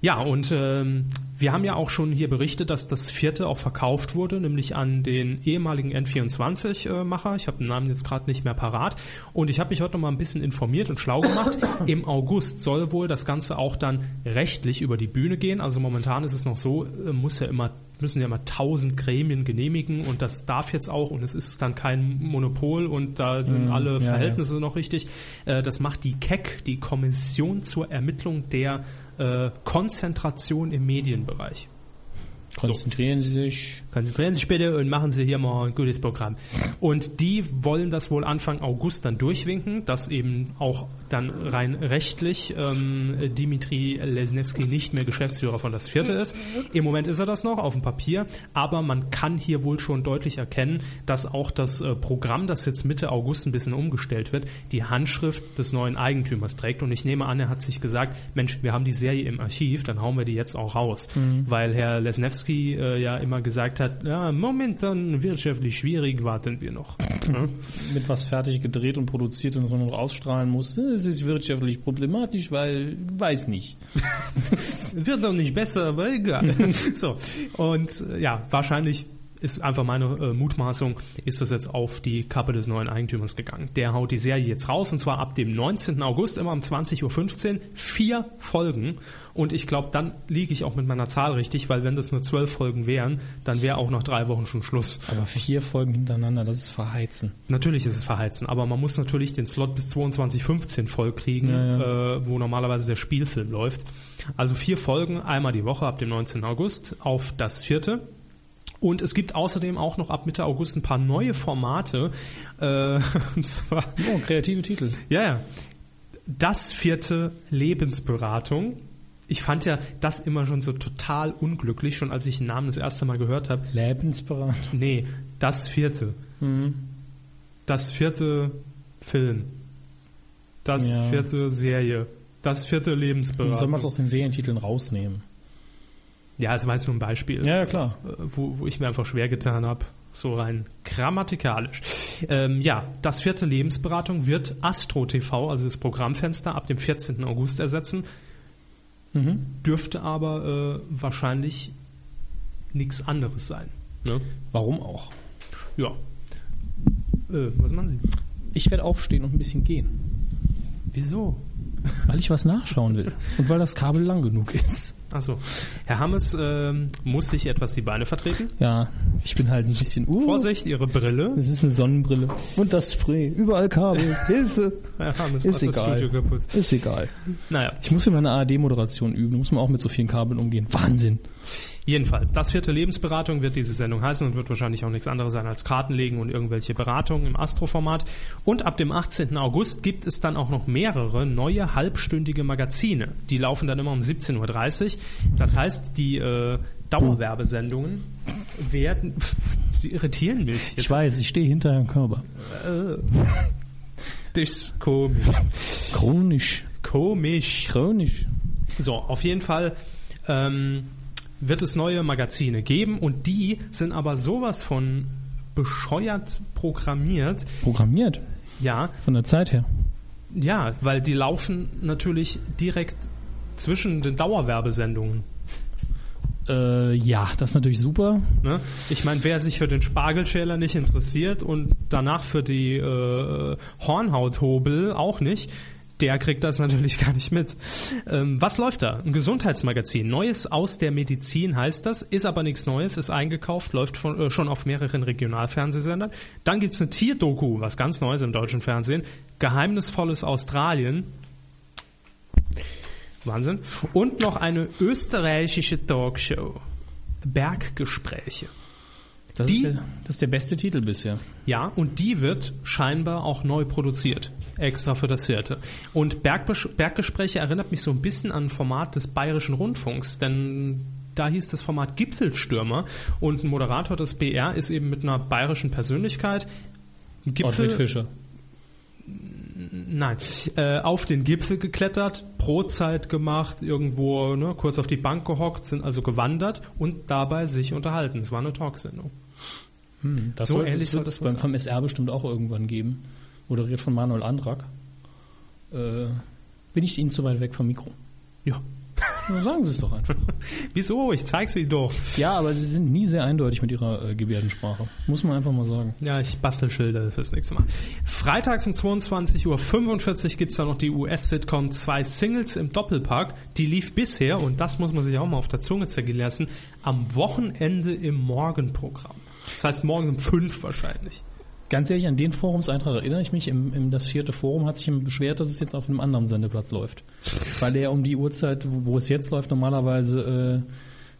Ja, und ähm, wir haben ja auch schon hier berichtet, dass das vierte auch verkauft wurde, nämlich an den ehemaligen N24-Macher. äh, ich habe den Namen jetzt gerade nicht mehr parat. Und ich habe mich heute noch mal ein bisschen informiert und schlau gemacht. Im August soll wohl das Ganze auch dann rechtlich über die Bühne gehen. Also momentan ist es noch so, äh, muss ja immer müssen ja immer tausend Gremien genehmigen und das darf jetzt auch und es ist dann kein Monopol und da sind alle Mm, ja, Verhältnisse noch richtig. Äh, das macht die KEC, die Kommission zur Ermittlung der äh, Konzentration im Medienbereich. Konzentrieren Sie sich. Konzentrieren Sie sich bitte und machen Sie hier mal ein gutes Programm. Und die wollen das wohl Anfang August dann durchwinken, dass eben auch dann rein rechtlich ähm, Dimitri Lesnevsky nicht mehr Geschäftsführer von das Vierte ist. Im Moment ist er das noch auf dem Papier, aber man kann hier wohl schon deutlich erkennen, dass auch das äh, Programm, das jetzt Mitte August ein bisschen umgestellt wird, die Handschrift des neuen Eigentümers trägt. Und ich nehme an, er hat sich gesagt, Mensch, wir haben die Serie im Archiv, dann hauen wir die jetzt auch raus. Weil Herr Lesnevsky äh, ja immer gesagt hat, ja, momentan wirtschaftlich schwierig, warten wir noch. Ja. Mit was fertig gedreht und produziert und das man noch ausstrahlen muss. Es ist wirtschaftlich problematisch, weil, weiß nicht. Wird doch nicht besser, aber egal. so. Und äh, ja, wahrscheinlich ist einfach meine äh, Mutmaßung, ist das jetzt auf die Kappe des neuen Eigentümers gegangen. Der haut die Serie jetzt raus und zwar ab dem 19. August, immer um 20.15 Uhr, vier Folgen. Und ich glaube, dann liege ich auch mit meiner Zahl richtig, weil wenn das nur zwölf Folgen wären, dann wäre auch nach drei Wochen schon Schluss. Aber vier Folgen hintereinander, das ist verheizen. Natürlich ist es verheizen, aber man muss natürlich den Slot bis 22.15 voll kriegen, Ja, Äh, wo normalerweise der Spielfilm läuft. Also vier Folgen, einmal die Woche ab dem 19. August auf das vierte. Und es gibt außerdem auch noch ab Mitte August ein paar neue Formate. Äh, und zwar, Oh, kreative Titel. ja, ja, das vierte Lebensberatung. Ich fand ja das immer schon so total unglücklich, schon als ich den Namen das erste Mal gehört habe. Lebensberatung. Nee, das vierte. Mhm. Das vierte Film. Das Ja. vierte Serie. Das vierte Soll man es Lebensberatung. aus den Serientiteln rausnehmen? Ja, es war jetzt nur ein Beispiel, Ja, ja, klar. äh, wo, wo ich mir einfach schwer getan habe. So rein grammatikalisch. Ähm, ja, das vierte Lebensberatung wird Astro TV, also das Programmfenster, ab dem 14. August ersetzen. Mhm. Dürfte aber äh, wahrscheinlich nichts anderes sein. Ne? Warum auch? Ja. Äh, was machen Sie? Ich werde aufstehen und ein bisschen gehen, Wieso? weil ich was nachschauen will und weil das Kabel lang genug ist. Achso. Herr Hammes ähm, muss sich etwas die Beine vertreten. Ja, ich bin halt ein bisschen uh. Vorsicht, Ihre Brille. Es ist eine Sonnenbrille und das Spray, überall Kabel, Hilfe. Herr Hammes Ist macht das Studio egal. kaputt. Ist egal. Naja, Ich muss ja meine ARD-Moderation üben, muss man auch mit so vielen Kabeln umgehen. Wahnsinn. jedenfalls, das vierte Lebensberatung wird diese Sendung heißen und wird wahrscheinlich auch nichts anderes sein als Kartenlegen und irgendwelche Beratungen im Astro-Format. Und ab dem 18. August gibt es dann auch noch mehrere neue halbstündige Magazine. Die laufen dann immer um 17.30 Uhr. Das heißt, die äh, Dauerwerbesendungen werden. Sie irritieren mich. Ich weiß, ich stehe hinter Herrn Körber. Jetzt komisch. Chronisch. Komisch. Chronisch. So, auf jeden Fall ähm, wird es neue Magazine geben und die sind aber sowas von bescheuert programmiert. Programmiert. Ja, Von der Zeit her. ja, weil die laufen natürlich direkt zwischen den Dauerwerbesendungen. Äh, ja, das ist natürlich super. Ne? Ich meine, wer sich für den Spargelschäler nicht interessiert und danach für die äh, Hornhauthobel auch nicht, der kriegt das natürlich gar nicht mit. Ähm, was läuft da? Ein Gesundheitsmagazin. Neues aus der Medizin heißt das, ist aber nichts Neues, ist eingekauft, läuft von, äh, schon auf mehreren Regionalfernsehsendern. Dann gibt's eine Tierdoku, was ganz Neues im deutschen Fernsehen. Geheimnisvolles Australien. Wahnsinn. Und noch eine österreichische Talkshow. Berggespräche. Das, Die- Ist der, das ist der beste Titel bisher. Ja, und die wird scheinbar auch neu produziert, extra für das vierte. Und Bergbesch Berggespräche erinnert mich so ein bisschen an ein Format des Bayerischen Rundfunks, denn da hieß das Format Gipfelstürmer und ein Moderator des BR ist eben mit einer bayerischen Persönlichkeit. Ein Ottfried Fischer. nein, äh, auf den Gipfel geklettert, Brotzeit gemacht, irgendwo ne, kurz auf die Bank gehockt, sind also gewandert und dabei sich unterhalten. Es war eine Talksendung. Das Hm, So sollte- ähnlich das soll wird es das wohl beim MSR bestimmt auch irgendwann geben. Moderiert von Manuel Andrak. Äh, bin ich Ihnen zu weit weg vom Mikro? Ja. Na, sagen Sie es doch einfach. Wieso? Ich zeig's Ihnen doch. ja, aber Sie sind nie sehr eindeutig mit Ihrer äh, Gebärdensprache. Muss man einfach mal sagen. Ja, ich bastel Schilder fürs nächste Mal. Freitags um 22.45 Uhr gibt's da noch die US-Sitcom Zwei Singles im Doppelpack. Die lief bisher, und das muss man sich auch mal auf der Zunge zergehen lassen, am Wochenende im Morgenprogramm. Das heißt morgen um 5 wahrscheinlich. Ganz ehrlich, an den Forumseintrag erinnere ich mich. Im, im, das vierte Forum hat sich jemand beschwert, dass es jetzt auf einem anderen Sendeplatz läuft. Weil der um die Uhrzeit, wo, wo es jetzt läuft, normalerweise äh,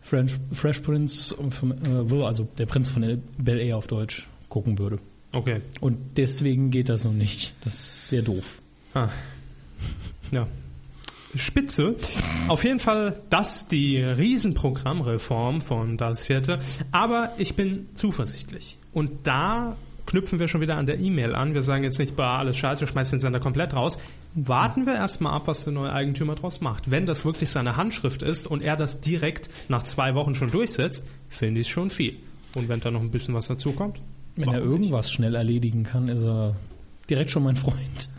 French, Fresh Prince, vom, äh, also der Prinz von Bel Air auf Deutsch, gucken würde. Okay. Und deswegen geht das noch nicht. Das wäre doof. Ah. Ja. Spitze. Auf jeden Fall das die Riesenprogrammreform von Das Vierte. Aber ich bin zuversichtlich. Und da knüpfen wir schon wieder an der E-Mail an. Wir sagen jetzt nicht, bah, alles scheiße, schmeißt den Sender komplett raus. Warten wir erstmal ab, was der neue Eigentümer draus macht. Wenn das wirklich seine Handschrift ist und er das direkt nach zwei Wochen schon durchsetzt, finde ich schon viel. Und wenn da noch ein bisschen was dazukommt, Wenn er warum nicht? irgendwas schnell erledigen kann, ist er direkt schon mein Freund.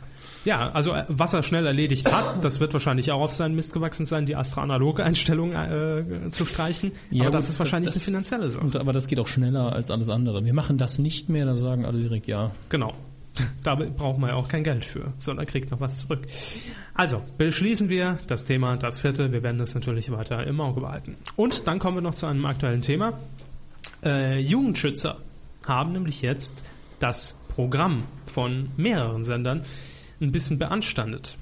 Ja, also äh, was er schnell erledigt hat, das wird wahrscheinlich auch auf seinen Mist gewachsen sein, die astra-analoge Einstellung äh, zu streichen. aber das gut, ist wahrscheinlich das- eine finanzielle Sache. und- Aber das geht auch schneller als alles andere. Wir machen das nicht mehr, da sagen alle direkt ja. Genau. Da braucht man ja auch kein Geld für, sondern kriegt noch was zurück. Also, beschließen wir das Thema, das vierte. Wir werden das natürlich weiter im Auge behalten. Und dann kommen wir noch zu einem aktuellen Thema. Äh, Jugendschützer haben nämlich jetzt das Programm von mehreren Sendern ein bisschen beanstandet.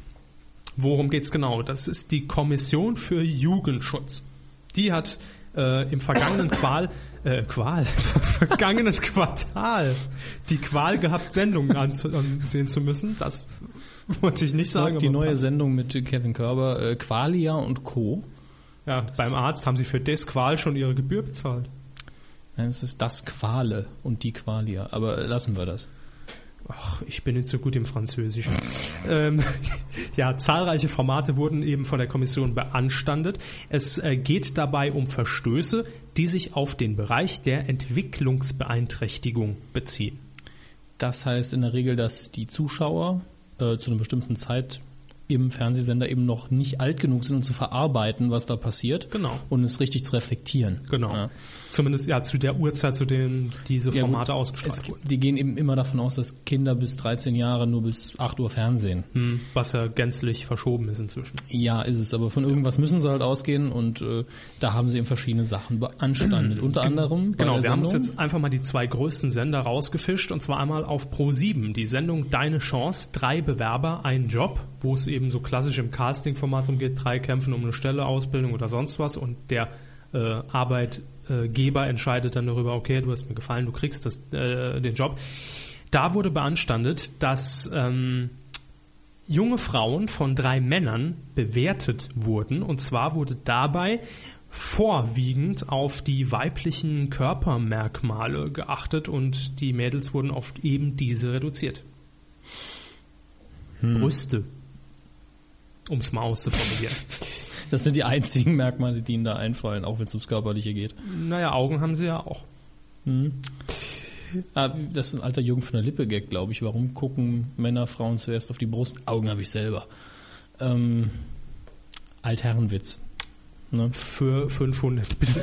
Worum geht's genau? Das ist die Kommission für Jugendschutz. Die hat äh, im vergangenen Qual, äh, Qual, vergangenen Quartal die Qual gehabt, Sendungen ansehen zu müssen. Das wollte ich nicht sagen. die aber neue passt. Sendung mit Kevin Körber, äh, Qualia und Co. ja, beim Arzt haben sie für das Qual schon ihre Gebühr bezahlt. Nein, es ist das Quale und die Qualia. Aber äh, lassen wir das. Ach, ich bin nicht so gut im Französischen. ähm, ja, zahlreiche Formate wurden eben von der Kommission beanstandet. Es äh, geht dabei um Verstöße, die sich auf den Bereich der Entwicklungsbeeinträchtigung beziehen. Das heißt in der Regel, dass die Zuschauer äh, zu einer bestimmten Zeit im Fernsehsender eben noch nicht alt genug sind, um zu verarbeiten, was da passiert. Genau. Und es richtig zu reflektieren. Genau. Ja. Zumindest ja zu der Uhrzeit, zu denen diese Ja, gut. Formate ausgestrahlt Es, wurden. die gehen eben immer davon aus, dass Kinder bis 13 Jahre nur bis 8 Uhr fernsehen. Hm, was ja gänzlich verschoben ist inzwischen. Ja, ist es, aber von irgendwas müssen sie halt ausgehen und äh, da haben sie eben verschiedene Sachen beanstandet. Unter anderem bei Genau, der wir haben uns Sendung- jetzt einfach mal die zwei größten Sender rausgefischt und zwar einmal auf Pro7, die Sendung Deine Chance, drei Bewerber, ein Job, wo es eben so klassisch im Casting-Format umgeht, drei kämpfen um eine Stelle, Ausbildung oder sonst was und der äh, Arbeitgeber entscheidet dann darüber, okay, du hast mir gefallen, du kriegst das, äh, den Job. Da wurde beanstandet, dass ähm, junge Frauen von drei Männern bewertet wurden. Und zwar wurde dabei vorwiegend auf die weiblichen Körpermerkmale geachtet und die Mädels wurden auf eben diese reduziert. Brüste. Um es mal auszuformulieren. das sind die einzigen Merkmale, die ihnen da einfallen, auch wenn es ums Körperliche geht. naja, Augen haben sie ja auch. Ah, das ist ein alter Jugend von der Lippe-Gag, glaube ich. Warum gucken Männer, Frauen zuerst auf die Brust? Augen habe ich selber. Ähm, Altherrenwitz. Ne? für 500, bitte.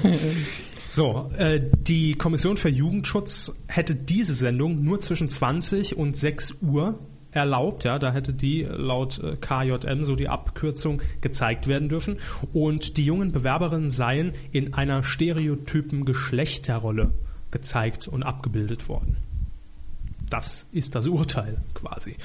So, äh, die Kommission für Jugendschutz hätte diese Sendung nur zwischen 20 und 6 Uhr erlaubt, ja, da hätte die laut äh, KJM so die Abkürzung gezeigt werden dürfen und die jungen Bewerberinnen seien in einer stereotypen Geschlechterrolle gezeigt und abgebildet worden. Das ist das Urteil quasi.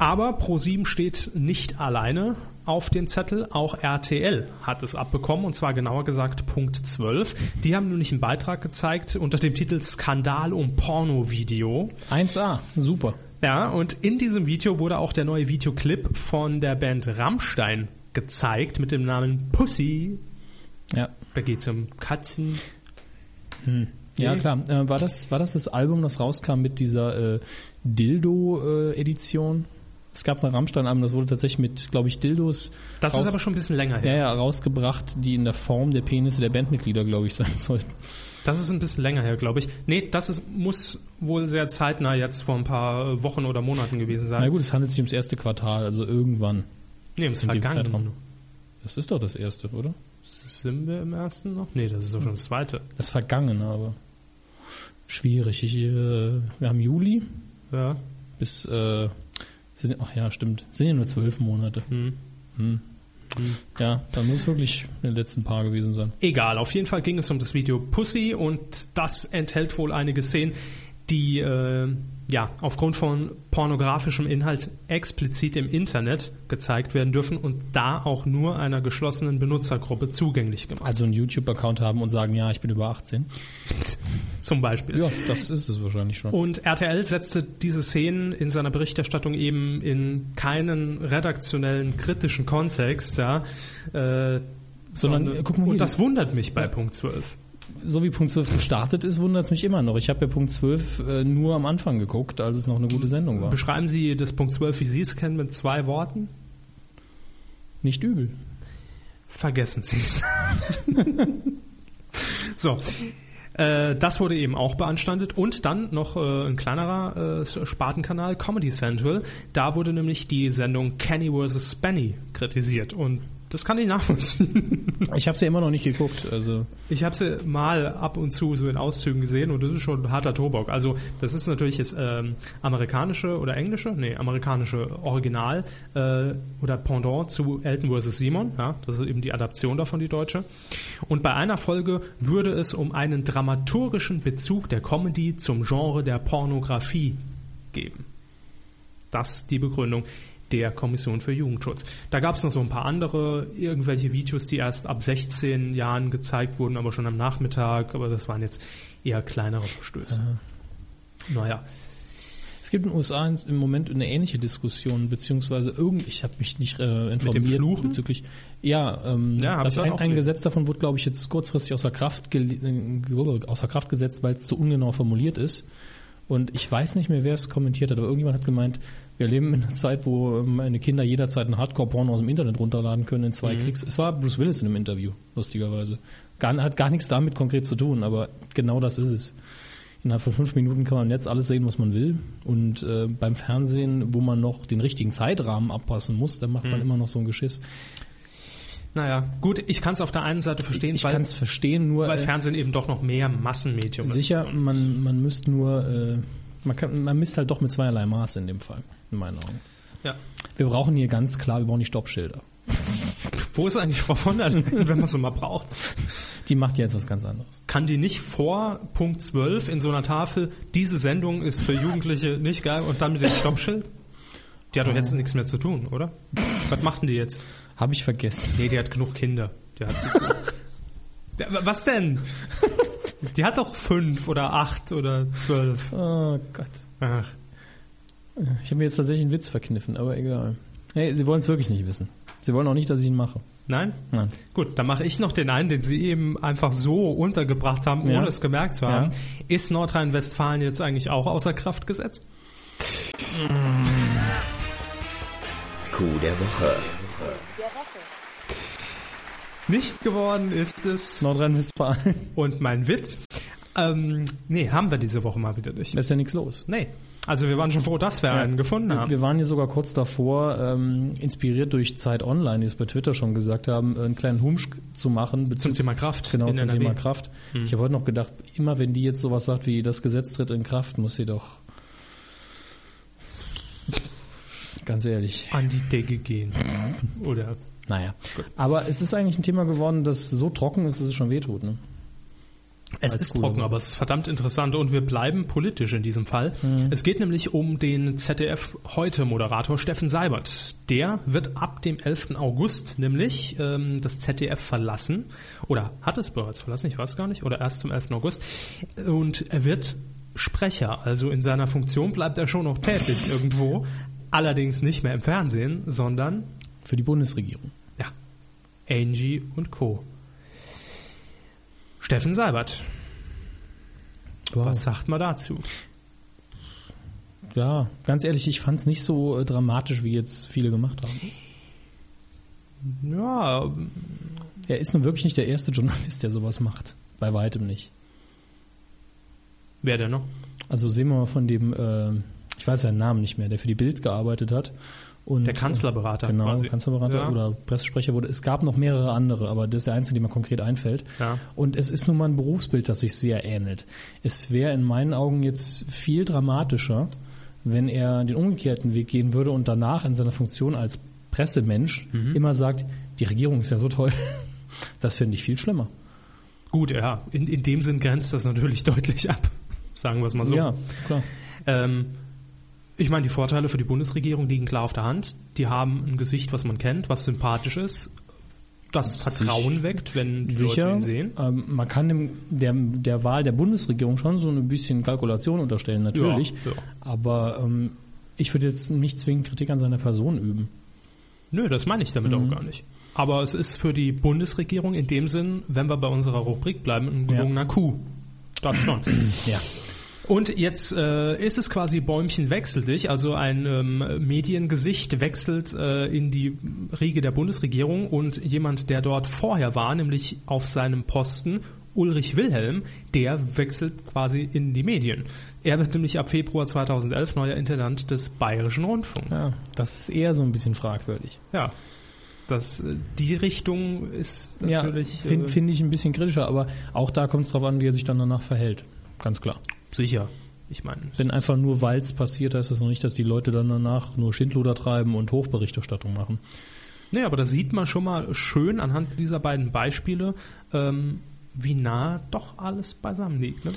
Aber ProSieben steht nicht alleine auf dem Zettel. Auch RTL hat es abbekommen, und zwar genauer gesagt Punkt 12. Die haben nämlich einen Beitrag gezeigt unter dem Titel Skandal um Pornovideo. 1a, super. Ja, und in diesem Video wurde auch der neue Videoclip von der Band Rammstein gezeigt mit dem Namen Pussy. Ja, Da geht's um Katzen. ja Nee. klar. Äh, war, das, war das das Album, das rauskam mit dieser äh, Dildo-Edition? Es gab mal Rammstein-Alben, das wurde tatsächlich mit, glaube ich, Dildos Das raus- ist aber schon ein bisschen länger ja, her. ja, rausgebracht, die in der Form der Penisse der Bandmitglieder, glaube ich, sein sollten. Das ist ein bisschen länger her, glaube ich. Nee, das ist, muss wohl sehr zeitnah jetzt vor ein paar äh, Wochen oder Monaten gewesen sein. Na gut, es handelt sich ums erste Quartal, also irgendwann. nee, im in dem Vergangenen. Zeitraum. Das ist doch das erste, oder? Sind wir im ersten noch? Nee, das ist doch schon das zweite. Das Vergangene, aber schwierig. Ich, äh, wir haben Juli Ja. bis. Äh, sind, ach ja, stimmt. Sind ja nur zwölf Monate. Hm. Hm. Ja, dann muss es wirklich in den letzten paar gewesen sein. Egal, auf jeden Fall ging es um das Video Pussy und das enthält wohl einige Szenen, die äh, ja aufgrund von pornografischem Inhalt explizit im Internet gezeigt werden dürfen und da auch nur einer geschlossenen Benutzergruppe zugänglich gemacht. Also einen YouTube-Account haben und sagen, ja, ich bin über 18. Zum Beispiel. Ja, das ist es wahrscheinlich schon. Und RTL setzte diese Szenen in seiner Berichterstattung eben in keinen redaktionellen kritischen Kontext, ja. Äh, Sondern, äh, guck mal hier. und das wundert mich bei Ja. Punkt 12. So wie Punkt 12 gestartet ist, wundert es mich immer noch. Ich habe ja Punkt 12 äh, nur am Anfang geguckt, als es noch eine gute Sendung war. Beschreiben Sie das Punkt 12, wie Sie es kennen, mit zwei Worten? Nicht übel. Vergessen Sie es. so. Äh, das wurde eben auch beanstandet. Und dann noch äh, ein kleinerer äh, Spatenkanal, Comedy Central. Da wurde nämlich die Sendung Kenny vs. Spenny kritisiert. Und das kann ich nachvollziehen. Ich habe es ja immer noch nicht geguckt. Also Ich habe sie mal ab und zu so in Auszügen gesehen und das ist schon harter Tobak. Also das ist natürlich das ähm, amerikanische oder englische, nee, amerikanische Original äh, oder Pendant zu Elton vs. Simon. Ja, das ist eben die Adaption davon, die deutsche. Und bei einer Folge würde es um einen dramaturgischen Bezug der Comedy zum Genre der Pornografie geben. Das die Begründung der Kommission für Jugendschutz. Da gab es noch so ein paar andere, irgendwelche Videos, die erst ab 16 Jahren gezeigt wurden, aber schon am Nachmittag, aber das waren jetzt eher kleinere Verstöße. Naja, es gibt in den USA ins- im Moment eine ähnliche Diskussion, beziehungsweise irgend, ich habe mich nicht äh, informiert Fluchen? bezüglich. Ja, ähm, Ja, hab das ich ein, auch ein gelesen. Gesetz davon wurde, glaube ich, jetzt kurzfristig außer Kraft, gele- äh, ge- außer Kraft gesetzt, weil es zu ungenau formuliert ist. Und ich weiß nicht mehr, wer es kommentiert hat, aber irgendjemand hat gemeint, wir leben in einer Zeit, wo ähm, meine Kinder jederzeit einen Hardcore-Porno aus dem Internet runterladen können in Mhm. zwei Klicks. Es war Bruce Willis in einem Interview, lustigerweise. Gar, hat gar nichts damit konkret zu tun, aber genau das ist es. Innerhalb von fünf Minuten kann man im Netz alles sehen, was man will. Und äh, beim Fernsehen, wo man noch den richtigen Zeitrahmen abpassen muss, dann macht Mhm. man immer noch so ein Geschiss. naja, gut, ich kann es auf der einen Seite verstehen, Ich kann weil, es verstehen, nur weil äh, Fernsehen eben doch noch mehr Massenmedium sicher, man, man müsste nur, äh, man, kann, man misst halt doch mit zweierlei Maß in dem Fall, in meinen Augen. ist. Ja. Wir brauchen hier ganz klar, wir brauchen die Stoppschilder. Wo ist eigentlich Frau von der Leyen, wenn man sie mal braucht? Die macht ja jetzt was ganz anderes. Kann die nicht vor Punkt 12 in so einer Tafel, diese Sendung ist für Jugendliche nicht geil und dann mit dem Stoppschild? Die hat doch Oh. jetzt nichts mehr zu tun, oder? Was macht denn die jetzt? Habe ich vergessen. Nee, die hat genug Kinder. Die hat sie Ja, wa- Was denn? Die hat doch fünf oder acht oder zwölf. Oh Gott. Ach, Ich habe mir jetzt tatsächlich einen Witz verkniffen, aber egal. Hey, Sie wollen es wirklich nicht wissen. Sie wollen auch nicht, dass ich ihn mache. nein? Nein. Gut, dann mache ich noch den einen, den Sie eben einfach so untergebracht haben, ohne Ja. es gemerkt zu haben. Ja. Ist Nordrhein-Westfalen jetzt eigentlich auch außer Kraft gesetzt? Coup der Woche. Nicht geworden ist es. Nordrhein-Westfalen. Und mein Witz. Ähm, nee, haben wir diese Woche mal wieder nicht. Da ist ja nichts los. Nee. Also wir waren schon froh, dass wir einen gefunden haben. Wir waren hier sogar kurz davor, ähm, inspiriert durch Zeit Online, die es bei Twitter schon gesagt haben, einen kleinen Humsch zu machen. zum bezüglich- Thema Kraft. Genau, in Hm. zum NRW. Thema Kraft. Ich habe heute noch gedacht, immer wenn die jetzt sowas sagt wie, das Gesetz tritt in Kraft, muss sie doch... Ganz ehrlich. An die Decke gehen. Oder Naja. Aber es ist eigentlich ein Thema geworden, das so trocken ist, dass es schon wehtut. Ne? Es Als ist Gulasch. trocken, aber es ist verdammt interessant und wir bleiben politisch in diesem Fall. Es geht nämlich um den ZDF heute Moderator Steffen Seibert. Der wird ab dem 11. August nämlich ähm, das ZDF verlassen oder hat es bereits verlassen, ich weiß gar nicht, oder erst zum 11. August und er wird Sprecher, also in seiner Funktion bleibt er schon noch tätig irgendwo, allerdings nicht mehr im Fernsehen, sondern Für die Bundesregierung. ja, Angie und Co. Steffen Seibert, Wow. was sagt man dazu? ja, ganz ehrlich, ich fand es nicht so äh, dramatisch, wie jetzt viele gemacht haben. Ja, Er ist nun wirklich nicht der erste Journalist, der sowas macht. Bei weitem nicht. wer denn noch? Also sehen wir mal von dem, äh, ich weiß seinen Namen nicht mehr, der für die Bild gearbeitet hat. Und Der Kanzlerberater Genau, quasi. Kanzlerberater Ja. oder Pressesprecher wurde. Es gab noch mehrere andere, aber das ist der einzige, der mir konkret einfällt. Ja. Und es ist nun mal ein Berufsbild, das sich sehr ähnelt. Es wäre in meinen Augen jetzt viel dramatischer, wenn er den umgekehrten Weg gehen würde und danach in seiner Funktion als Pressemensch Mhm. immer sagt, die Regierung ist ja so toll. Das finde ich viel schlimmer. Gut, ja, in, in dem Sinn grenzt das natürlich deutlich ab. Sagen wir es mal so. Ja, klar. Ähm, ich meine, die Vorteile für die Bundesregierung liegen klar auf der Hand. Die haben ein Gesicht, was man kennt, was sympathisch ist, das Vertrauen weckt, wenn die Leute sicher. ihn sehen. Ähm, man kann dem, der, der Wahl der Bundesregierung schon so ein bisschen Kalkulation unterstellen, natürlich. ja. Aber ähm, ich würde jetzt nicht zwingend Kritik an seiner Person üben. Nö, das meine ich damit Mhm. auch gar nicht. Aber es ist für die Bundesregierung in dem Sinn, wenn wir bei unserer Rubrik bleiben, ein Ja. gelungener Coup. Das schon. Ja. Und jetzt äh, ist es quasi Bäumchen wechsel dich, also ein ähm, Mediengesicht wechselt äh, in die Riege der Bundesregierung und jemand, der dort vorher war, nämlich auf seinem Posten Ulrich Wilhelm, der wechselt quasi in die Medien. Er wird nämlich ab Februar 2011 neuer Intendant des Bayerischen Rundfunks. ja. Das ist eher so ein bisschen fragwürdig. Ja, das äh, die Richtung ist natürlich ja, finde äh, find ich ein bisschen kritischer, aber auch da kommt es drauf an, wie er sich dann danach verhält. Ganz klar. äh, sicher. Ich meine, Wenn einfach nur weil es passiert, heißt das noch nicht, dass die Leute dann danach nur Schindluder treiben und Hochberichterstattung machen. Nee, aber da sieht man schon mal schön anhand dieser beiden Beispiele, ähm, wie nah doch alles beisammen liegt. Ne?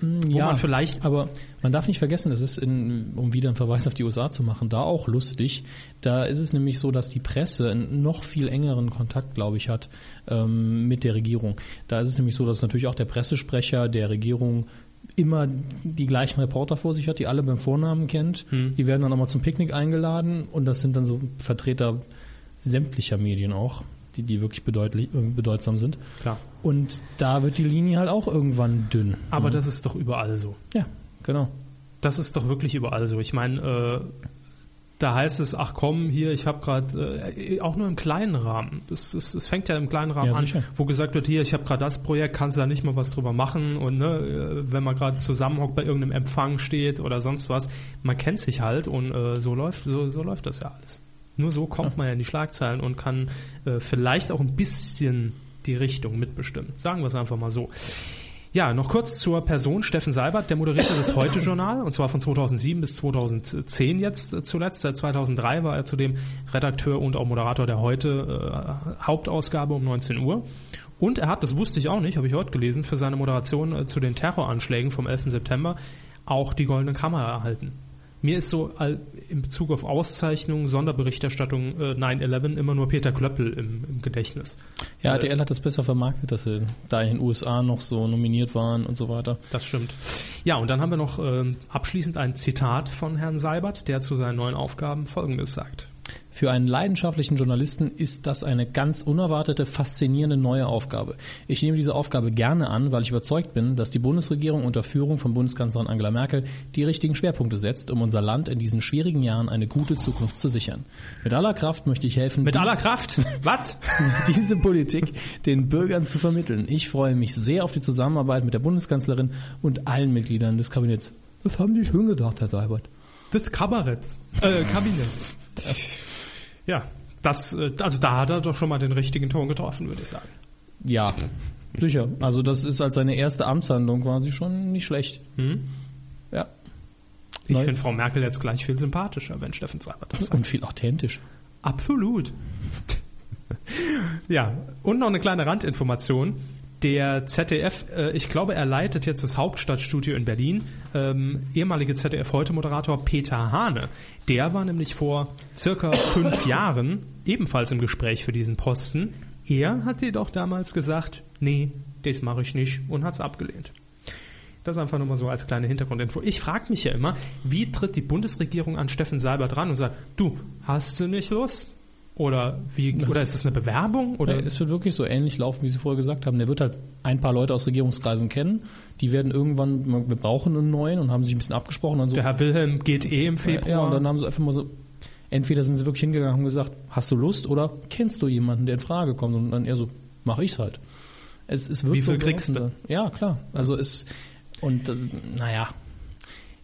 Wo man vielleicht. Aber man darf nicht vergessen, es ist, in, um wieder einen Verweis auf die USA zu machen, da auch lustig. Da ist es nämlich so, dass die Presse einen noch viel engeren Kontakt, glaube ich, hat ähm, mit der Regierung. Da ist es nämlich so, dass natürlich auch der Pressesprecher der Regierung immer die gleichen Reporter vor sich hat, die alle beim Vornamen kennt. Die werden dann auch mal zum Picknick eingeladen und das sind dann so Vertreter sämtlicher Medien auch, die, die wirklich bedeutlich, äh, bedeutsam sind. Klar. Und da wird die Linie halt auch irgendwann dünn. Aber das ist doch überall so. Ja, genau. Das ist doch wirklich überall so. Ich meine, äh, da heißt es, ach komm, hier, ich habe gerade, äh, auch nur im kleinen Rahmen. Es das, das, fängt ja im kleinen Rahmen Ja, an, sicher. wo gesagt wird, hier, ich habe gerade das Projekt, kannst du da nicht mal was drüber machen? Und ne, äh, wenn man gerade zusammenhockt, bei irgendeinem Empfang steht oder sonst was, man kennt sich halt und äh, so läuft, so, so läuft das ja alles. Nur so kommt man ja in die Schlagzeilen und kann äh, vielleicht auch ein bisschen die Richtung mitbestimmen. Sagen wir es einfach mal so. Ja, noch kurz zur Person Steffen Seibert, der moderierte das Heute-Journal und zwar von 2007 bis 2010 jetzt äh, zuletzt. Seit 2003 war er zudem Redakteur und auch Moderator der Heute äh, Hauptausgabe um 19 Uhr. Und er hat, das wusste ich auch nicht, habe ich heute gelesen, für seine Moderation äh, zu den Terroranschlägen vom 11. September auch die Goldene Kamera erhalten. Mir ist so all- in Bezug auf Auszeichnungen, Sonderberichterstattung äh, 9-11 immer nur Peter Klöppel im, im Gedächtnis. Ja, Äh, RTL hat das besser vermarktet, dass sie da in den USA noch so nominiert waren und so weiter. Das stimmt. Ja, und dann haben wir noch ähm, abschließend ein Zitat von Herrn Seibert, der zu seinen neuen Aufgaben Folgendes sagt. Für einen leidenschaftlichen Journalisten ist das eine ganz unerwartete, faszinierende neue Aufgabe. Ich nehme diese Aufgabe gerne an, weil ich überzeugt bin, dass die Bundesregierung unter Führung von Bundeskanzlerin Angela Merkel die richtigen Schwerpunkte setzt, um unser Land in diesen schwierigen Jahren eine gute Zukunft zu sichern. Mit aller Kraft möchte ich helfen, Mit dies- aller Kraft. Was? diese Politik den Bürgern zu vermitteln. Ich freue mich sehr auf die Zusammenarbeit mit der Bundeskanzlerin und allen Mitgliedern des Kabinetts. Das haben Sie schön gedacht, Herr Seibert. Des Kabaretts. Äh, Kabinetts. Ja, das, äh, also da hat er doch schon mal den richtigen Ton getroffen, würde ich sagen. Ja, sicher. Also das ist als seine erste Amtshandlung quasi schon nicht schlecht. Ja, Ich Neu- finde Frau Merkel jetzt gleich viel sympathischer, wenn Steffen Seibert das sagt. und viel authentisch. Absolut. ja, und noch eine kleine Randinformation. Der ZDF, äh, ich glaube, er leitet jetzt das Hauptstadtstudio in Berlin. Ähm, ehemalige ZDF-Heute-Moderator Peter Hane, der war nämlich vor circa fünf Jahren ebenfalls im Gespräch für diesen Posten. Er hat jedoch damals gesagt, nee, das mache ich nicht und hat es abgelehnt. Das einfach nur mal so als kleine Hintergrundinfo. Ich frage mich ja immer, wie tritt die Bundesregierung an Steffen Seibert ran und sagt, du, hast du nicht Lust? Oder, wie, oder ist es eine Bewerbung? Oder Äh, Es wird wirklich so ähnlich laufen, wie Sie vorher gesagt haben. Der wird halt ein paar Leute aus Regierungskreisen kennen. Die werden irgendwann, wir brauchen einen neuen und haben sich ein bisschen abgesprochen. Und so, der Herr Wilhelm geht eh im Februar? Ja, und dann haben sie einfach mal so, entweder sind sie wirklich hingegangen und haben gesagt, hast du Lust oder kennst du jemanden, der in Frage kommt? Und dann eher so, mach ich's halt. Es, es wird Wie so viel kriegst gelaufen sein. Ja, klar. Also es, und äh, naja,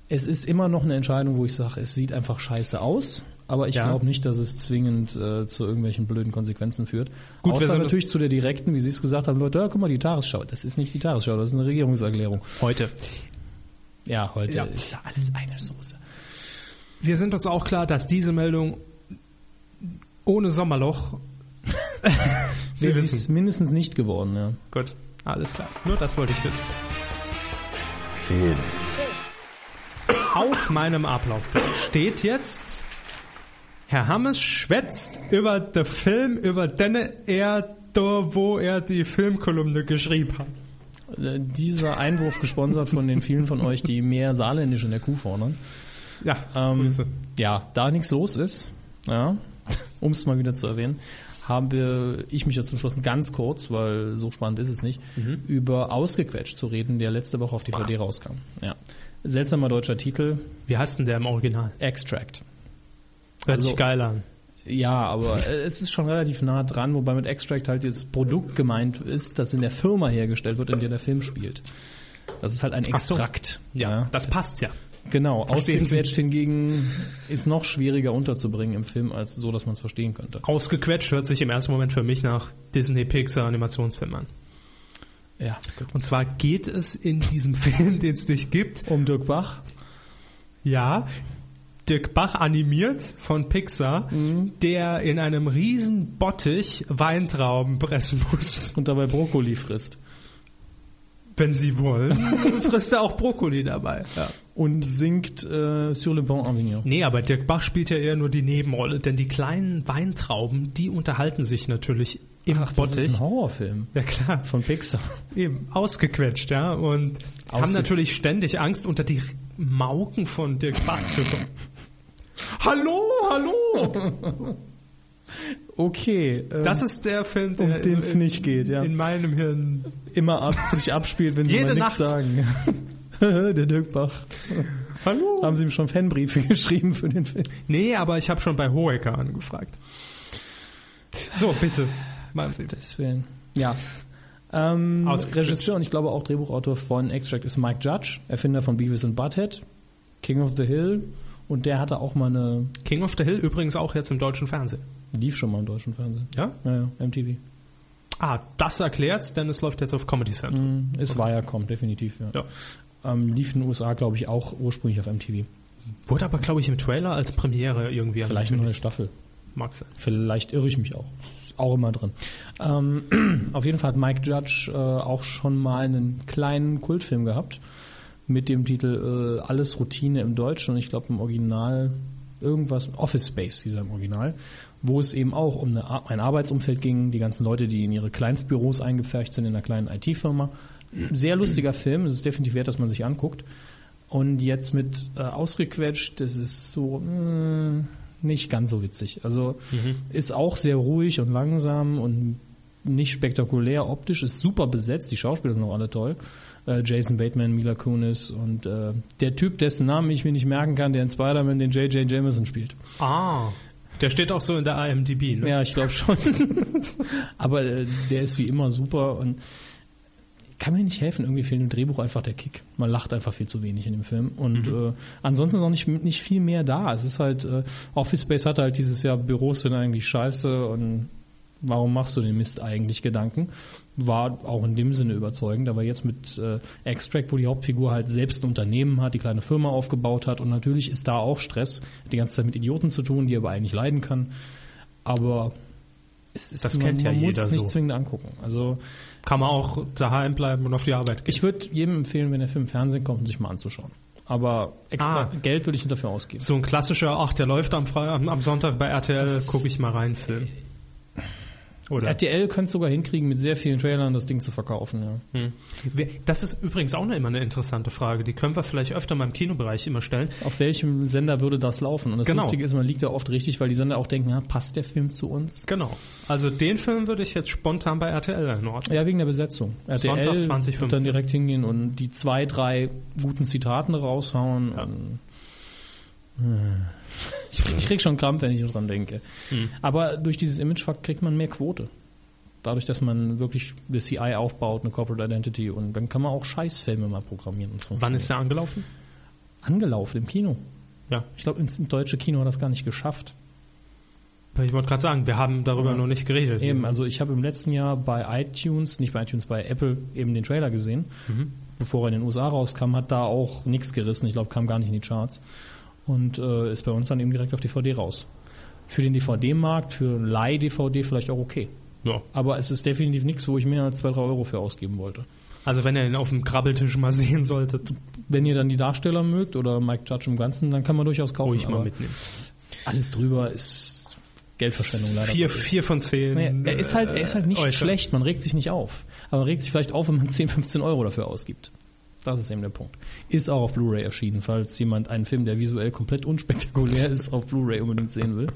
es ist immer noch eine Entscheidung, wo ich sage, es sieht einfach scheiße aus. Aber ich Ja. glaube nicht, dass es zwingend äh, zu irgendwelchen blöden Konsequenzen führt. Gut, wir Außer sind natürlich zu der direkten, wie Sie es gesagt haben, Leute, ja, guck mal, die Tagesschau. Das ist nicht die Tagesschau, das ist eine Regierungserklärung. heute. Ja, heute Ja. Äh, ist alles eine Soße. Wir sind uns auch klar, dass diese Meldung ohne Sommerloch. Sie Sie wissen. ist mindestens nicht geworden, ja. Gut, alles klar. Nur das wollte ich wissen. Film. Auf meinem Ablaufplan steht jetzt, Herr Hammes schwätzt über den Film, über den er, da, wo er die Filmkolumne geschrieben hat. Äh, Dieser Einwurf gesponsert von den vielen von euch, die mehr saarländisch in der Kuh fordern. Ja, Ähm, Grüße. Ja, da nichts los ist, ja, um es mal wieder zu erwähnen, habe ich mich dazu entschlossen, ganz kurz, weil so spannend ist es nicht, Mhm. über Ausgequetscht zu reden, der letzte Woche auf DVD rauskam. Ja. Seltsamer deutscher Titel, Wie heißt denn der im Original? Extract. Hört Also- sich geil an. Ja, aber äh, es ist schon relativ nah dran, wobei mit Extract halt dieses Produkt gemeint ist, das in der Firma hergestellt wird, in der der Film spielt. Das ist halt ein Ach so. Extrakt. Ja, das passt ja. Genau, Verstehen Sie? ausgequetscht hingegen ist noch schwieriger unterzubringen im Film, als so, dass man es verstehen könnte. Ausgequetscht hört sich im ersten Moment für mich nach Disney-Pixar-Animationsfilm an. Ja. Und zwar geht es in diesem Film, den es nicht gibt, Um Dirk Bach. ja, Dirk Bach animiert von Pixar, der in einem riesen Bottich Weintrauben pressen muss. Und dabei Brokkoli frisst. Wenn sie wollen, Mhm. frisst er auch Brokkoli dabei. Ja. Und singt äh, Sur le Bon Avignon. Nee, aber Dirk Bach spielt ja eher nur die Nebenrolle, denn die kleinen Weintrauben, die unterhalten sich natürlich im das ist Bottich. ein Horrorfilm Ja klar, von Pixar. Eben, ausgequetscht, ja. Und haben natürlich ständig Angst, unter die Mauken von Dirk Bach zu kommen. hallo, hallo! Okay. Äh, Das ist der Film, um der den es in, nicht geht, ja. in meinem Hirn. Immer ab, sich abspielt, wenn sie Jede mal nichts Nacht. sagen. Der Dirk Bach. Hallo! Haben sie ihm schon Fanbriefe geschrieben für den Film? Nee, aber ich habe schon bei Hoeker angefragt. So, bitte. Machen Sie. Deswegen. Ja. Ähm, Ausgequetscht. Regisseur und ich glaube auch Drehbuchautor von Extract ist Mike Judge, Erfinder von Beavis and Butthead, King of the Hill. Und der hatte auch mal eine, King of the Hill übrigens auch jetzt im deutschen Fernsehen. lief schon mal im deutschen Fernsehen. Ja? Naja, MTV. Ah, das erklärt's, denn es läuft jetzt auf Comedy Central. Es war ja kommt, definitiv. Ja. Ja. Ähm, lief in den USA, glaube ich, auch ursprünglich auf MTV. Wurde aber, glaube ich, im Trailer als Premiere irgendwie Vielleicht eine neue angekündigt. Staffel. Mag sein. Vielleicht irre ich mich auch. Ist auch immer drin. Ähm, auf jeden Fall hat Mike Judge äh, auch schon mal einen kleinen Kultfilm gehabt mit dem Titel äh, Alles Routine im Deutschen und ich glaube im Original irgendwas, Office Space hieß er im Original, wo es eben auch um eine, Ar- ein Arbeitsumfeld ging, die ganzen Leute, die in ihre Kleinstbüros eingepfercht sind in einer kleinen IT-Firma. Sehr lustiger Film, es ist definitiv wert, dass man sich anguckt. Und jetzt mit äh, ausgequetscht, das ist so mh, nicht ganz so witzig. Also ist auch sehr ruhig und langsam und nicht spektakulär optisch, ist super besetzt, die Schauspieler sind auch alle toll. Äh, Jason Bateman, Mila Kunis und äh, der Typ, dessen Namen ich mir nicht merken kann, der in Spider-Man den J.J. Jameson spielt. Ah, der steht auch so in der IMDb, ne? Ja, ich glaube schon. Aber äh, der ist wie immer super und kann mir nicht helfen. Irgendwie fehlt im Drehbuch einfach der Kick. Man lacht einfach viel zu wenig in dem Film. Und äh, ansonsten ist auch nicht, nicht viel mehr da. Es ist halt, äh, Office Space hatte halt dieses Jahr, Büros sind eigentlich scheiße und warum machst du den Mist eigentlich Gedanken? War auch in dem Sinne überzeugend, aber jetzt mit äh, Extract, wo die Hauptfigur halt selbst ein Unternehmen hat, die kleine Firma aufgebaut hat und natürlich ist da auch Stress, hat die ganze Zeit mit Idioten zu tun, die er aber eigentlich leiden kann. Aber es ist, Das man, kennt ja man muss jeder es nicht so. zwingend angucken. Also Kann man auch daheim bleiben und auf die Arbeit gehen. ich würde jedem empfehlen, wenn der Film im Fernsehen kommt, um sich mal anzuschauen. Aber extra Ah. Geld würde ich nicht dafür ausgeben. So ein klassischer, ach, der läuft am, Fre am, am Sonntag bei RTL, Das- gucke ich mal rein, Film. Oder? RTL könnte es sogar hinkriegen, mit sehr vielen Trailern das Ding zu verkaufen. Ja. Hm. Wir- Das ist übrigens auch noch immer eine interessante Frage. Die können wir vielleicht öfter mal im Kinobereich immer stellen. Auf welchem Sender würde das laufen? Und das Hm. Genau. Lustige ist, man liegt da oft richtig, weil die Sender auch denken, ja, passt der Film zu uns? Genau. Also den Film würde ich jetzt spontan bei RTL einordnen. Ja, wegen der Besetzung. RTL Sonntag, wird 20:15. dann direkt hingehen und die zwei, drei guten Zitaten raushauen. Und, Hm. ich, ich krieg schon Krampf, wenn ich dran denke. Hm. Aber durch dieses Imagefuck kriegt man mehr Quote. Dadurch, dass man wirklich eine CI aufbaut, eine Corporate Identity und dann kann man auch Scheißfilme mal programmieren und so. Wann ist der angelaufen? angelaufen im Kino? Ja. Ich glaube, ins deutsche Kino hat das gar nicht geschafft. Ich wollte gerade sagen, wir haben darüber noch nicht geredet. Eben, also ich habe im letzten Jahr bei iTunes, nicht bei iTunes, bei Apple eben den Trailer gesehen. Mhm. Bevor er in den USA rauskam, hat da auch nichts gerissen. Ich glaube, kam gar nicht in die Charts. Und äh, ist bei uns dann eben direkt auf DVD raus. Für den DVD-Markt, für Leih-DVD vielleicht auch okay. Ja. Aber es ist definitiv nichts, wo ich mehr als 2, 3 Euro für ausgeben wollte. Also wenn ihr ihn auf dem Krabbeltisch mal sehen solltet, Wenn ihr dann die Darsteller mögt oder Mike Judge im Ganzen, dann kann man durchaus kaufen. ruhig mal aber mitnehmen. Alles drüber ist Geldverschwendung leider. Vier, vier von zehn. Naja, er, ist halt, er ist halt nicht äußern. schlecht, man regt sich nicht auf. Aber man regt sich vielleicht auf, wenn man 10, 15 Euro dafür ausgibt. Das ist eben der Punkt. Ist auch auf Blu-ray erschienen, falls jemand einen Film, der visuell komplett unspektakulär ist, auf Blu-ray unbedingt sehen will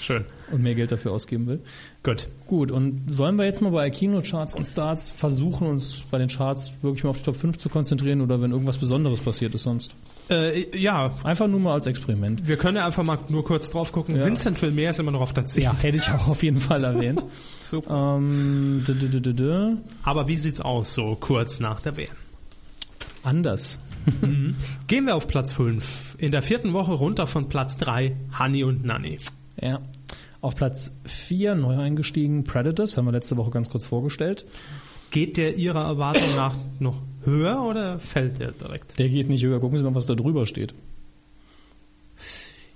Schön. und mehr Geld dafür ausgeben will. Gut. Gut, und sollen wir jetzt mal bei Kinocharts und Starts versuchen, uns bei den Charts wirklich mal auf die Top 5 zu konzentrieren oder wenn irgendwas Besonderes passiert ist sonst? Äh, ja, Einfach nur mal als Experiment. wir können ja einfach mal nur kurz drauf gucken. Ja. Vincent Vilmer ist immer noch auf der 10. Ja, hätte ich auch auf jeden Fall erwähnt. Super. Ähm, dü- dü- dü- dü- dü. Aber wie sieht's aus so kurz nach der WM? Anders. Gehen wir auf Platz 5. In der vierten Woche runter von Platz 3, Hani und Nani. Ja. Auf Platz 4 neu eingestiegen Predators, haben wir letzte Woche ganz kurz vorgestellt. Geht der Ihrer Erwartung nach noch höher oder fällt der direkt? Der geht nicht höher. Gucken Sie mal, was da drüber steht.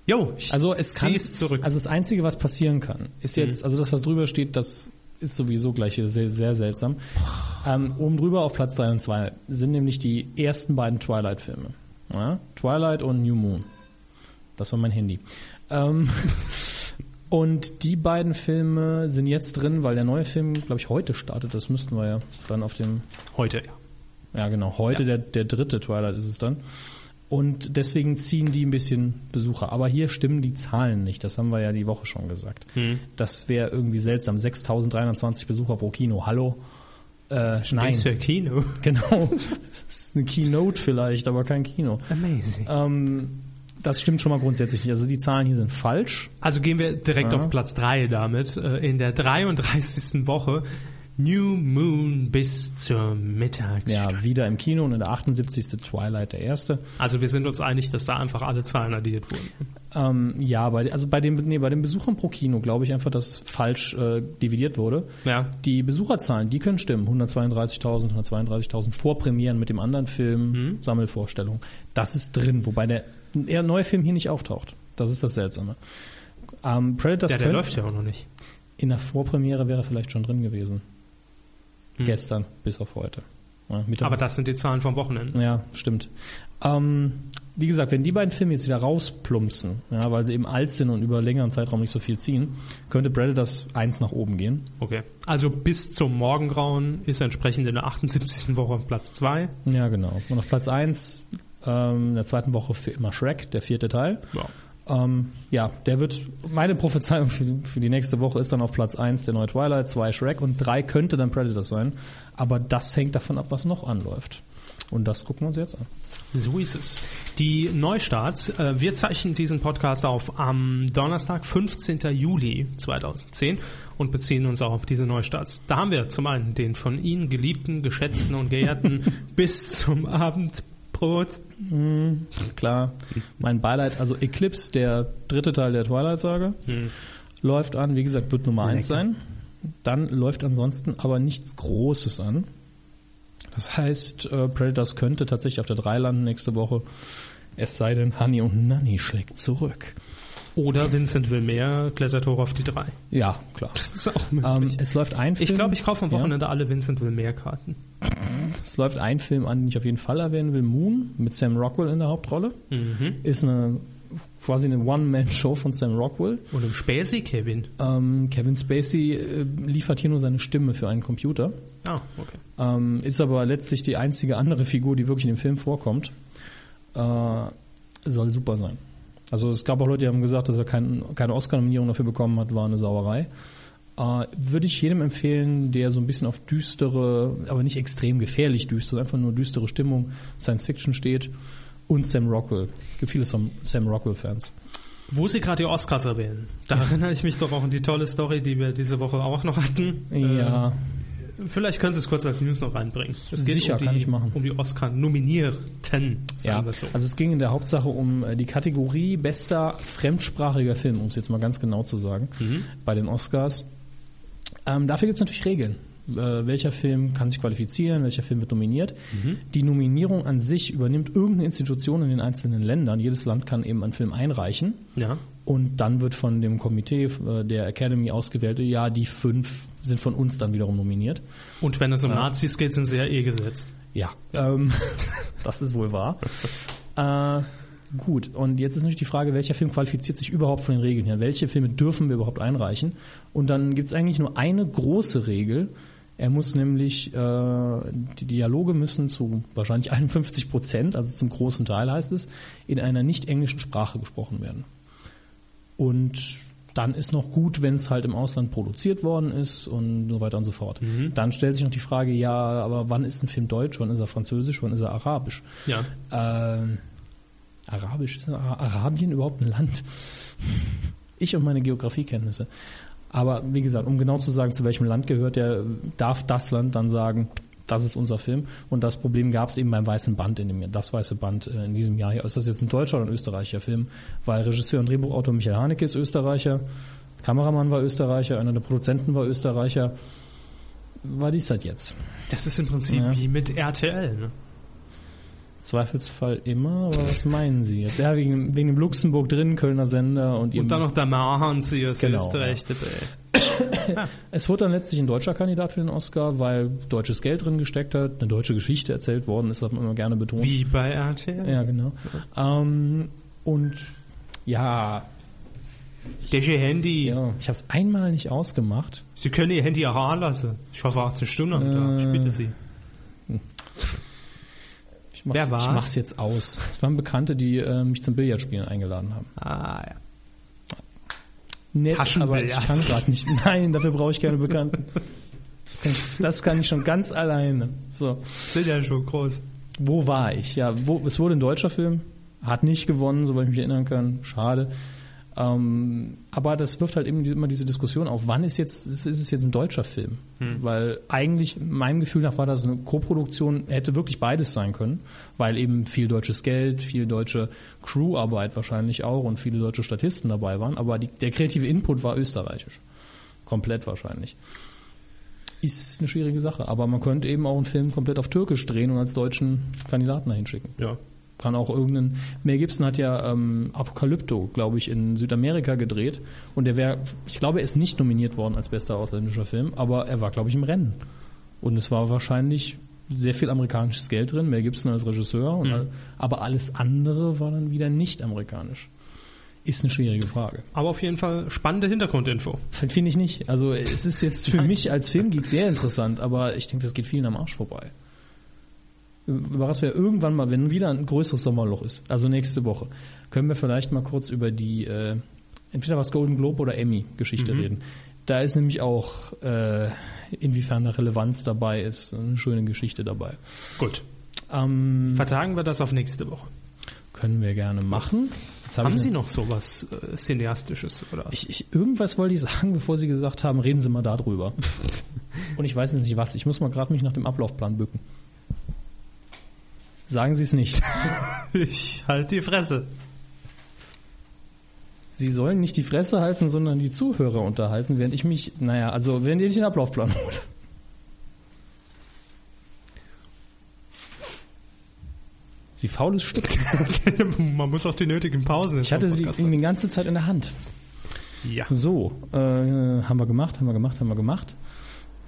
Jo, ich Also es zieh kann es zurück. Also das einzige, was passieren kann, ist jetzt, also das, was drüber steht, das ist sowieso gleich hier sehr, sehr seltsam. Ähm, oben drüber auf Platz 3 und 2 sind nämlich die ersten beiden Twilight-Filme. Ja? Twilight und New Moon. Das war mein Handy. Ähm, und die beiden Filme sind jetzt drin, weil der neue Film, glaube ich, heute startet. Das müssten wir ja dann auf dem Heute, ja. ja, genau. Heute Der, der dritte Twilight ist es dann. Und deswegen ziehen die ein bisschen Besucher. Aber hier stimmen die Zahlen nicht. Das haben wir ja die Woche schon gesagt. Das wäre irgendwie seltsam. 6.320 Besucher pro Kino. Hallo? Äh, nein. Ist ja Kino. Genau. Das ist eine Keynote vielleicht, aber kein Kino. Amazing. Ähm, das stimmt schon mal grundsätzlich nicht. Also die Zahlen hier sind falsch. Also gehen wir direkt Ja. auf Platz 3 damit. Äh, In der 33. Woche New Moon bis zur Mittagsstunde. Ja, wieder im Kino und in der 78. Twilight der erste. Also wir sind uns einig, dass da einfach alle Zahlen addiert wurden. Ähm, ja, bei, also bei, dem, nee, bei den Besuchern pro Kino glaube ich einfach, dass falsch äh, dividiert wurde. Ja. Die Besucherzahlen, die können stimmen. 132.000, 132.000 Vorpremieren mit dem anderen Film, Mhm. Sammelvorstellung. Das ist drin, wobei der eher neue Film hier nicht auftaucht. Das ist das Seltsame. Ähm, Predators ja, der könnte- läuft ja auch noch nicht. in der Vorpremiere wäre vielleicht schon drin gewesen. Gestern bis auf heute. Ja, Mittag- Hm. Aber das sind die Zahlen vom Wochenende. ja, stimmt. Ähm, wie gesagt, wenn die beiden Filme jetzt wieder rausplumpsen, ja, weil sie eben alt sind und über längeren Zeitraum nicht so viel ziehen, könnte Predators eins nach oben gehen. Okay. Also bis zum Morgengrauen ist entsprechend in der 78. Woche auf Platz 2. Ja, genau. Und auf Platz 1 ähm, in der zweiten Woche für immer Shrek, der vierte Teil. Ja. Ähm, ja, der wird, meine Prophezeiung für, für die nächste Woche ist dann auf Platz 1 der neue Twilight, 2 Shrek und 3 könnte dann Predator sein. Aber das hängt davon ab, was noch anläuft. Und das gucken wir uns jetzt an. So ist es. Die Neustarts. Äh, wir zeichnen diesen Podcast auf am Donnerstag, 15. Juli 2010 und beziehen uns auch auf diese Neustarts. Da haben wir zum einen den von Ihnen geliebten, geschätzten und geehrten bis zum Abendbrot. Klar, mein Beileid, also Eclipse, der dritte Teil der Twilight-Sage, Hm. läuft an, wie gesagt, wird Nummer 1 sein. Dann läuft ansonsten aber nichts Großes an. Das heißt, äh, Predators könnte tatsächlich auf der 3 landen nächste Woche. Es sei denn, Honey und Nanny schlägt zurück. Oder Vincent will mehr, klettert hoch auf die 3. Ja, klar. Ist auch Ähm, möglich. es läuft ein Film. ich glaube, ich kaufe am Ja. Wochenende alle Vincent will mehr Karten. Es Hm. Mhm. läuft ein Film an, den ich auf jeden Fall erwähnen will, Moon mit Sam Rockwell in der Hauptrolle. Ist eine quasi eine One-Man-Show von Sam Rockwell. Und im Späßi, Kevin. Ähm, Kevin Spacey äh, liefert hier nur seine Stimme für einen Computer. Ah, okay. Ähm, ist aber letztlich die einzige andere Figur, die wirklich in dem Film vorkommt. Äh, soll super sein. Also es gab auch Leute, die haben gesagt, dass er kein, keine Oscar-Nominierung dafür bekommen hat, war eine Sauerei. Äh, würde ich jedem empfehlen, der so ein bisschen auf düstere, aber nicht extrem gefährlich düstere, einfach nur düstere Stimmung, Science-Fiction steht und Sam Rockwell. Gibt viele Sam, Sam Rockwell-Fans. Wo Sie gerade die Oscars erwähnen, da erinnere ich mich doch auch an die tolle Story, die wir diese Woche auch noch hatten. Ja, Ähm, vielleicht können Sie es kurz als News noch reinbringen. Es Sicher, um die, kann ich machen. um die Oscar-Nominierten, sagen ja. wir es so. Also es ging in der Hauptsache um äh, die Kategorie bester fremdsprachiger Film, um es jetzt mal ganz genau zu sagen, Mhm. bei den Oscars. Ähm, dafür gibt es natürlich Regeln. Äh, welcher Film kann sich qualifizieren, welcher Film wird nominiert. Mhm. Die Nominierung an sich übernimmt irgendeine Institution in den einzelnen Ländern. Jedes Land kann eben einen Film einreichen. ja. Und dann wird von dem Komitee äh, der Academy ausgewählt, ja, die fünf sind von uns dann wiederum nominiert. Und wenn es um Nazis geht, sind Sie ja eh gesetzt. Ja, ähm, das ist wohl wahr. äh, gut, und jetzt ist natürlich die Frage, welcher Film qualifiziert sich überhaupt von den Regeln her? Welche Filme dürfen wir überhaupt einreichen? Und dann gibt es eigentlich nur eine große Regel. Er muss nämlich, äh, die Dialoge müssen zu wahrscheinlich 51 Prozent, also zum großen Teil heißt es, in einer nicht englischen Sprache gesprochen werden. Und dann ist noch gut, wenn es halt im Ausland produziert worden ist und so weiter und so fort. Dann stellt sich noch die Frage, ja, aber wann ist ein Film deutsch, wann ist er französisch, wann ist er arabisch? Ja. Ähm, arabisch? Ist Ara- Arabien überhaupt ein Land? Ich und meine Geografiekenntnisse. Aber wie gesagt, um genau zu sagen, zu welchem Land gehört der, darf das Land dann sagen, das ist unser Film. Und das Problem gab es eben beim Weißen Band in dem Jahr. Das Weiße Band äh, in diesem Jahr hier. Ist das jetzt ein deutscher oder ein österreichischer Film? Weil Regisseur und Drehbuchautor Michael Haneke ist Österreicher, Kameramann war Österreicher, einer der Produzenten war Österreicher. Was ist das jetzt? Das ist im Prinzip Ja. wie mit RTL. Ne? Zweifelsfall immer, aber was meinen Sie jetzt? Ja, wegen, wegen dem Luxemburg drin, Kölner Sender und, ihrem- Und dann noch der Mahans aus Genau, Österreich dabei. Es wurde dann letztlich ein deutscher Kandidat für den Oscar, weil deutsches Geld drin gesteckt hat, eine deutsche Geschichte erzählt worden ist, das hat man immer gerne betont. Wie bei RTL. Ja, genau. Ähm, und ja, Das ist Ihr Handy. ja, ich habe es einmal nicht ausgemacht. Sie können Ihr Handy auch anlassen. Ich hoffe 18 Stunden am Äh. Tag. Ich bitte Sie. Ich mach's, Wer war's? Ich mach's jetzt aus. Es waren Bekannte, die äh, mich zum Billardspielen eingeladen haben. Ah, ja. Nett, aber Taschenbillard. ich kann gerade nicht. Nein, dafür brauche ich keine Bekannten. Das kann, ich, das kann ich schon ganz alleine. So. Sind ja schon groß. Wo war ich? Ja, wo, es wurde ein deutscher Film, hat nicht gewonnen, soweit ich mich erinnern kann. Schade. Ähm, aber das wirft halt eben die- immer diese Diskussion auf, wann ist jetzt ist, ist es jetzt ein deutscher Film? Weil eigentlich meinem Gefühl nach war das eine Koproduktion, hätte wirklich beides sein können, weil eben viel deutsches Geld, viel deutsche Crewarbeit wahrscheinlich auch und viele deutsche Statisten dabei waren, aber die, der kreative Input war österreichisch. Komplett wahrscheinlich. Ist eine schwierige Sache, aber man könnte eben auch einen Film komplett auf Türkisch drehen und als deutschen Kandidaten dahin schicken Ja. kann auch irgendeinen. Mel Gibson hat ja ähm, Apokalypto, glaube ich, in Südamerika gedreht. Und der wäre, ich glaube, er ist nicht nominiert worden als bester ausländischer Film, aber er war, glaube ich, im Rennen. Und es war wahrscheinlich sehr viel amerikanisches Geld drin, Mel Gibson als Regisseur, und all, aber alles andere war dann wieder nicht amerikanisch. Ist eine schwierige Frage. Aber auf jeden Fall spannende Hintergrundinfo. F- Finde ich nicht. Also es ist jetzt für mich als Filmgeek sehr interessant, aber ich denke, das geht vielen am Arsch vorbei. Überrascht wir irgendwann mal, wenn wieder ein größeres Sommerloch ist, also nächste Woche, können wir vielleicht mal kurz über die, äh, entweder was Golden Globe oder Emmy-Geschichte Mhm. reden. Da ist nämlich auch, äh, inwiefern eine Relevanz dabei ist, eine schöne Geschichte dabei. Gut. Ähm, Vertagen wir das auf nächste Woche. können wir gerne machen. Jetzt hab Haben ich Sie eine- noch sowas äh, Cineastisches? Oder? Ich, ich, irgendwas wollte ich sagen, bevor Sie gesagt haben, reden Sie mal darüber. Und ich weiß jetzt nicht was. Ich muss mal gerade mich nach dem Ablaufplan bücken. Sagen Sie es nicht. ich halt die Fresse. Sie sollen nicht die Fresse halten, sondern die Zuhörer unterhalten, während ich mich, naja, also während ich den Ablaufplan hole. Sie faules Stück. Man muss auch die nötigen Pausen. in Ich hatte so einem sie Podcast die ganze Zeit in der Hand. lassen. Ja. So, äh, haben wir gemacht, haben wir gemacht, haben wir gemacht.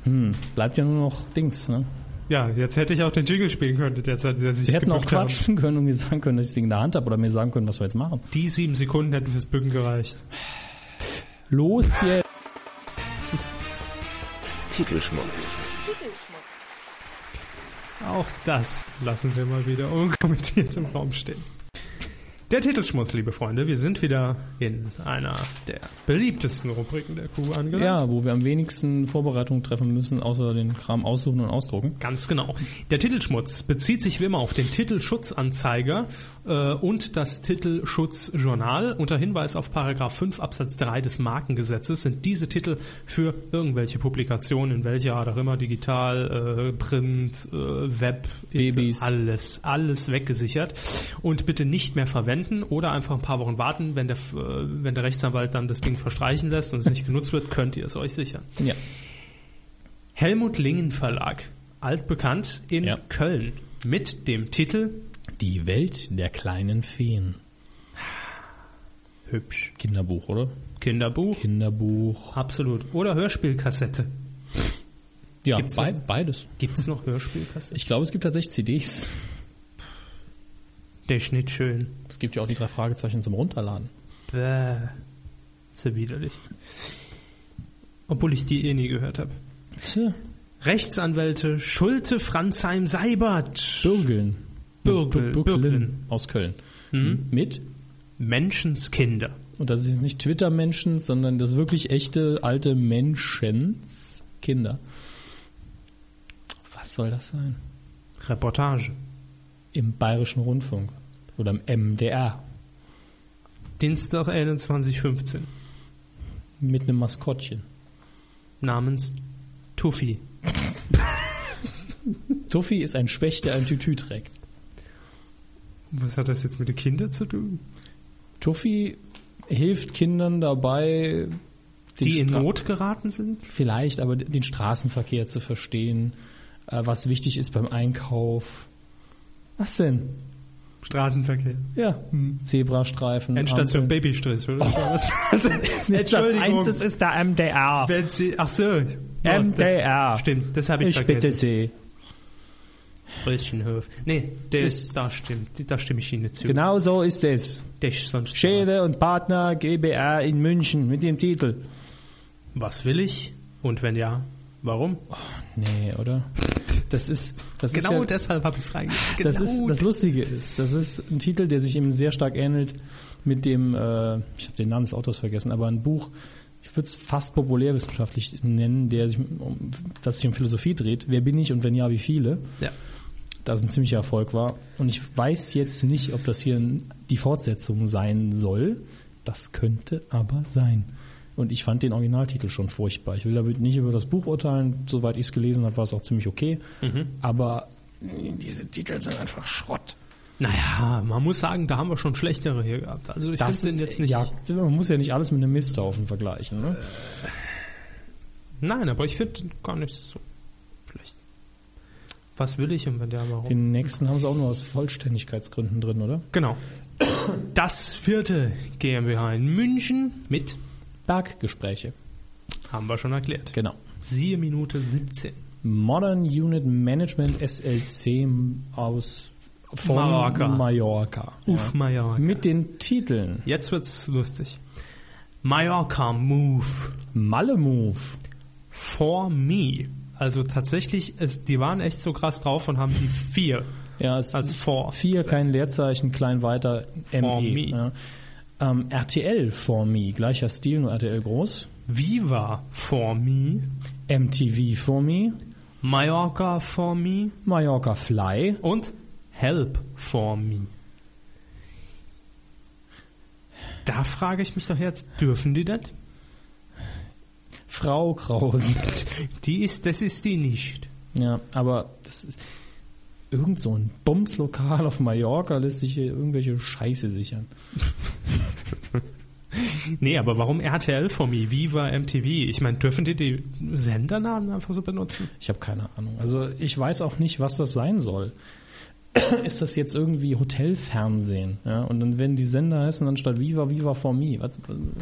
Hm, bleibt ja nur noch Dings, ne? Ja, jetzt hätte ich auch den Jingle spielen können, der Zeit, der sich Sie hätten auch gebückt haben. quatschen können und mir sagen können, dass ich das Ding in der Hand habe oder mir sagen können, was wir jetzt machen. Die sieben Sekunden hätten fürs Bücken gereicht. Los jetzt! Titelschmutz. Auch das lassen wir mal wieder unkommentiert im Raum stehen. Der Titelschmutz, liebe Freunde, wir sind wieder in einer der beliebtesten Rubriken der Kuh angelangt. Ja, wo wir am wenigsten Vorbereitungen treffen müssen, außer den Kram aussuchen und ausdrucken. Ganz genau. Der Titelschmutz bezieht sich wie immer auf den Titelschutzanzeiger äh, und das Titelschutzjournal. Unter Hinweis auf Paragraph 5 Absatz 3 des Markengesetzes sind diese Titel für irgendwelche Publikationen, in welcher Art auch immer, digital, äh, Print, äh, Web, Babys. alles, alles weggesichert und bitte nicht mehr verwenden oder einfach ein paar Wochen warten, wenn der, äh, wenn der Rechtsanwalt dann das Ding verstreichen lässt und es nicht genutzt wird, könnt ihr es euch sichern. Ja. Helmut Lingen Verlag, altbekannt in Ja. Köln, mit dem Titel Die Welt der kleinen Feen. Hübsch Kinderbuch, oder? Kinderbuch. Kinderbuch. Absolut. Oder Hörspielkassette. Ja, Gibt's bei, noch? beides. Gibt's noch Hörspielkassette? Ich glaube, es gibt tatsächlich CDs. Der Schnitt schön. Es gibt ja auch die drei Fragezeichen zum Runterladen. Bäh. Ist ja widerlich. Obwohl ich die eh nie gehört habe. Tja. Rechtsanwälte Schulte Franzheim Seibert. Bürgeln. Bürgel, Hm? Bür- Bürgeln. Aus Köln. Mit. Menschenskinder. Und das ist jetzt nicht Twitter-Menschen, sondern das wirklich echte alte Menschenskinder. Was soll das sein? Reportage. Im Bayerischen Rundfunk. Oder im MDR. Dienstag 21.15. Mit einem Maskottchen. Namens Tuffy. Tuffy ist ein Specht, der ein Tütü trägt. Was hat das jetzt mit den Kindern zu tun? Tuffy hilft Kindern dabei, den Die in Stra- Not geraten sind? vielleicht, aber den Straßenverkehr zu verstehen, äh, was wichtig ist beim Einkauf. Was denn? Straßenverkehr. Ja, Zebrastreifen. Hm. Endstation Ampeln. Babystrich, oder? Das ist Oh. Nicht Sat. Entschuldigung. eins, das ist der MDR. Wenn Sie, ach so. Ja, MDR. Das, stimmt, das habe ich, Ich bitte vergessen. Sie. Brötchenhof. Nee, der Das ist, ist- da stimmt, da stimme ich Ihnen zu. Genau so ist es. Der ist sonst Schäde und Partner GBR in München mit dem Titel. Was will ich? Und wenn ja, warum? Nee, oder? Das ist. Das ist ja, Genau deshalb habe ich es reingeschrieben. das ist genau das Lustige ist, das ist ein Titel, der sich eben sehr stark ähnelt mit dem, äh, ich habe den Namen des Autors vergessen, aber ein Buch, ich würde es fast populärwissenschaftlich nennen, der sich, um, das sich um Philosophie dreht. Wer bin ich und wenn ja, wie viele? Ja. Das ein ziemlicher Erfolg war. Und ich weiß jetzt nicht, ob das hier n- die Fortsetzung sein soll. Das könnte aber sein. Und ich fand den Originaltitel schon furchtbar. Ich will damit nicht über das Buch urteilen. Soweit ich es gelesen habe, war es auch ziemlich okay. Mhm. Aber diese Titel sind einfach Schrott. Naja, man muss sagen, da haben wir schon schlechtere hier gehabt. Also ich finde den jetzt nicht. äh, Äh. Ja, man muss ja nicht alles mit einem Misthaufen vergleichen. Ne? Nein, aber ich finde den gar nicht so schlecht. Was will ich und wenn ja, warum? Den nächsten haben sie auch nur aus Vollständigkeitsgründen drin, oder? Genau. Das vierte GmbH in München mit, Berggespräche. haben wir schon erklärt. Genau. Siehe Minute 17. Modern Unit Management SLC aus von Mallorca. Mallorca. Uff, Mallorca. Mit den Titeln Jetzt wird's lustig. Mallorca Move Malle Move, for me. Also tatsächlich, es, die waren echt so krass drauf und haben die vier ja, ist als for. vier kein Leerzeichen, klein weiter For ME. me. Ja. Ähm, RTL For Me, gleicher Stil, nur RTL groß. Viva for me. MTV For Me, Mallorca for me. Mallorca Fly, Und help for me. Da frage ich mich doch jetzt, dürfen die das? Frau Kraus. Die ist, das ist die nicht. Ja, aber das ist irgend so ein Bumslokal auf Mallorca lässt sich hier irgendwelche Scheiße sichern. Nee, aber warum RTL for me? Viva MTV? Ich meine, dürfen die die Sendernamen einfach so benutzen? Ich habe keine Ahnung. Also ich weiß auch nicht, was das sein soll. Ist das jetzt irgendwie Hotelfernsehen? Ja, und dann werden die Sender heißen dann statt Viva Viva for me. Was,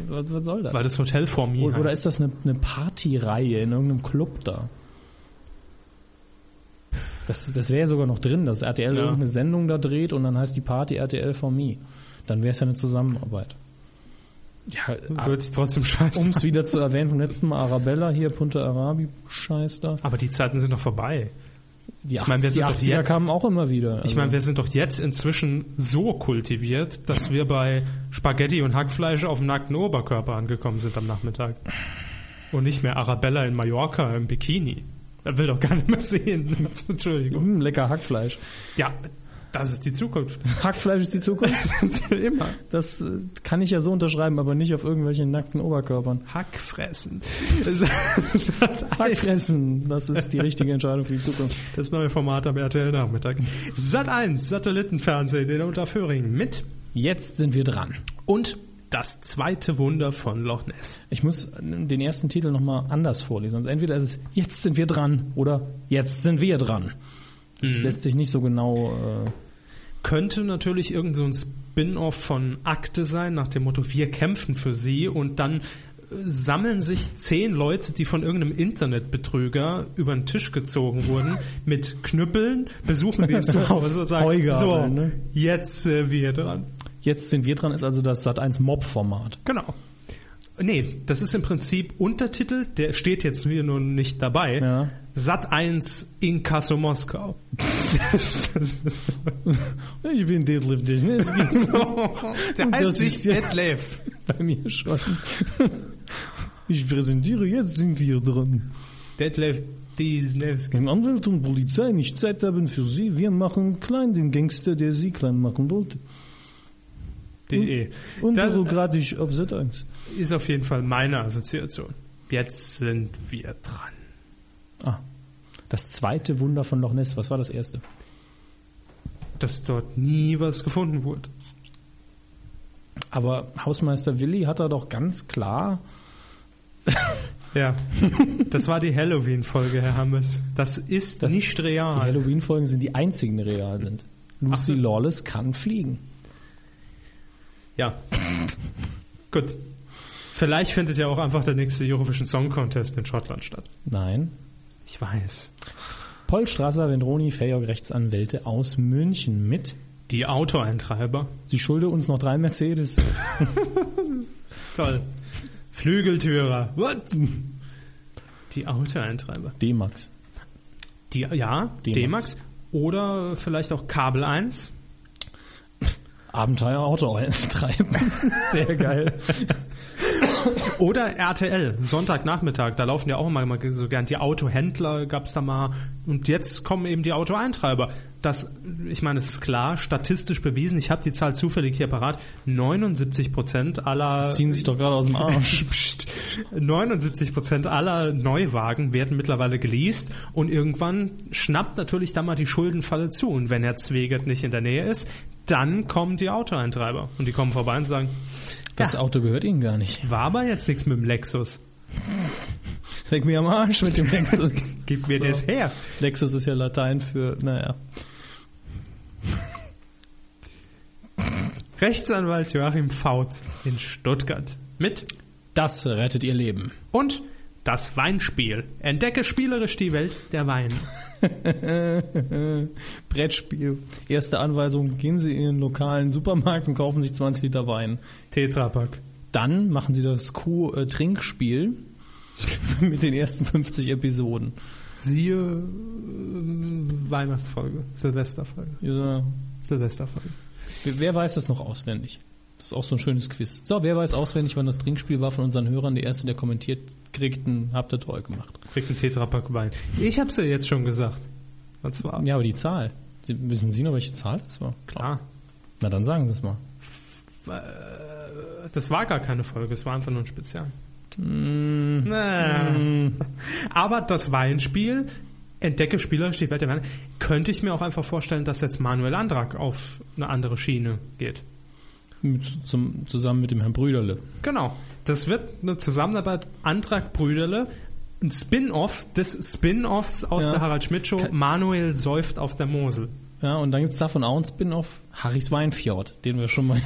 was, was soll das? Weil das Hotel for me Oder, heißt. oder ist das eine, eine Partyreihe in irgendeinem Club da? Das, das wäre ja sogar noch drin, dass RTL Ja. irgendeine Sendung da dreht und dann heißt die Party RTL for me. Dann wäre es ja eine Zusammenarbeit. Ja, Hört sich Ah, trotzdem scheiße um an. es wieder zu erwähnen, vom letzten Mal Arabella hier, Punta Arabi, Scheiß da. Aber die Zeiten sind noch vorbei. Die, meine, wir 80, sind die doch 80er jetzt- kamen auch immer wieder. Also, Ich meine, wir sind doch jetzt inzwischen so kultiviert, dass wir bei Spaghetti und Hackfleisch auf dem nackten Oberkörper angekommen sind am Nachmittag. Und nicht mehr Arabella in Mallorca im Bikini. Er will doch gar nicht mehr sehen. Entschuldigung. Hm, lecker Hackfleisch. Ja, das ist die Zukunft. Hackfleisch ist die Zukunft. Immer. Das äh, kann ich ja so unterschreiben, aber nicht auf irgendwelchen nackten Oberkörpern. Hackfressen. Das, das hat alles- Hackfressen, das ist die richtige Entscheidung für die Zukunft. das neue Format am RTL Nachmittag. Sat 1, Satellitenfernsehen in Unterföhring mit. Jetzt sind wir dran. Und das zweite Wunder von Loch Ness. Ich muss äh, den ersten Titel nochmal anders vorlesen. Also entweder ist es Jetzt sind wir dran oder Jetzt sind wir dran. Das lässt sich nicht so genau. Äh, Könnte natürlich irgend so ein Spin-off von Akte sein, nach dem Motto, wir kämpfen für sie und dann äh, sammeln sich zehn Leute, die von irgendeinem Internetbetrüger über den Tisch gezogen wurden, mit Knüppeln, besuchen die zu Hause und sagen, so, Heugabeln, ne? jetzt äh, wir dran. Jetzt sind wir dran ist also das Sat1 Mob-Format. Genau. Nee, das ist im Prinzip Untertitel, der steht jetzt hier nur nicht dabei. Ja. Sat 1 Inkasso Moskau. das ist Ich bin Detlef Disney. Es geht Der Das heißt ist nicht ja- Detlef. bei mir schon. Ich präsentiere, jetzt sind wir dran. Detlef Diesnevsky. Wenn Anwälte und Polizei nicht Zeit haben für Sie, wir machen klein den Gangster, der Sie klein machen wollte. De. Das Unbürokratisch auf Sat1. ist auf jeden Fall meine Assoziation. Jetzt sind wir dran. Ah, das zweite Wunder von Loch Ness. Was war das erste? Dass dort nie was gefunden wurde. Aber Hausmeister Willi hat da doch ganz klar. Ja. Das war die Halloween-Folge, Herr Hammes. Das ist Das- nicht Die real. Halloween-Folgen sind die einzigen, die real sind. Lucy Ach. Lawless kann fliegen. Ja. Gut. Vielleicht findet ja auch einfach der nächste Eurovision Song Contest in Schottland statt. Nein. Ich weiß. Paul Strasser, Vendroni, Fayok, Rechtsanwälte aus München mit. Die Autoeintreiber. Sie schulde uns noch drei Mercedes. Toll. Flügeltürer. What? Die Autoeintreiber. D-Max. Die, ja, D-Max. D-Max. Oder vielleicht auch Kabel 1. Abenteuer Auto treiben. Sehr geil. Oder RTL, Sonntagnachmittag. Da laufen ja auch immer mal so gern die Autohändler, gab's da mal. Und jetzt kommen eben die Autoeintreiber. Das, ich meine, es ist klar, statistisch bewiesen, ich habe die Zahl zufällig hier parat, 79 Prozent aller... Ziehen sich doch gerade aus dem Arsch. Psst. 79% aller Neuwagen werden mittlerweile geleast und irgendwann schnappt natürlich dann mal die Schuldenfalle zu. Und wenn Herr Zwegert nicht in der Nähe ist, dann kommen die Autoeintreiber und die kommen vorbei und sagen, Das Ja. Auto gehört Ihnen gar nicht. war aber jetzt nichts mit dem Lexus. Leck mir am Arsch mit dem Lexus. Gib mir So. das her. Lexus ist ja Latein für, naja. Rechtsanwalt Joachim Faut in Stuttgart mit Das rettet Ihr Leben. und das Weinspiel. Entdecke spielerisch die Welt der Weine. Brettspiel. Erste Anweisung, gehen Sie in den lokalen Supermarkt und kaufen sich 20 Liter Wein. Tetrapack. Dann machen Sie das Q-Trinkspiel mit den ersten 50 Episoden. Siehe äh, Weihnachtsfolge, Silvesterfolge, Ja, Silvesterfolge. wer wer weiß das noch auswendig? Das ist auch so ein schönes Quiz. So, wer weiß auswendig, wann das Trinkspiel war von unseren Hörern? Der erste, der kommentiert, kriegt einen, habt ihr toll gemacht. Kriegt einen Tetrapack Wein. Ich hab's ja jetzt schon gesagt. Und zwar, Ah. Ja, aber die Zahl. Sie, wissen Sie noch, welche Zahl das war? klar, Na, dann sagen Sie es mal. das war gar keine Folge, es war einfach nur ein Spezial. Hm. Na. Aber das Weinspiel, entdecke spielerisch die Welt der Weine, könnte ich mir auch einfach vorstellen, dass jetzt Manuel Andrak auf eine andere Schiene geht. Mit, zum, zusammen mit dem Herrn Brüderle. Genau. Das wird eine Zusammenarbeit Antrag Brüderle, ein Spin-off des Spin-offs aus Ja. der Harald Schmidt Show. Ke- Manuel säuft auf der Mosel. Ja, und dann gibt's davon auch einen Spin-off, Harrys Weinfjord, den wir schon mal.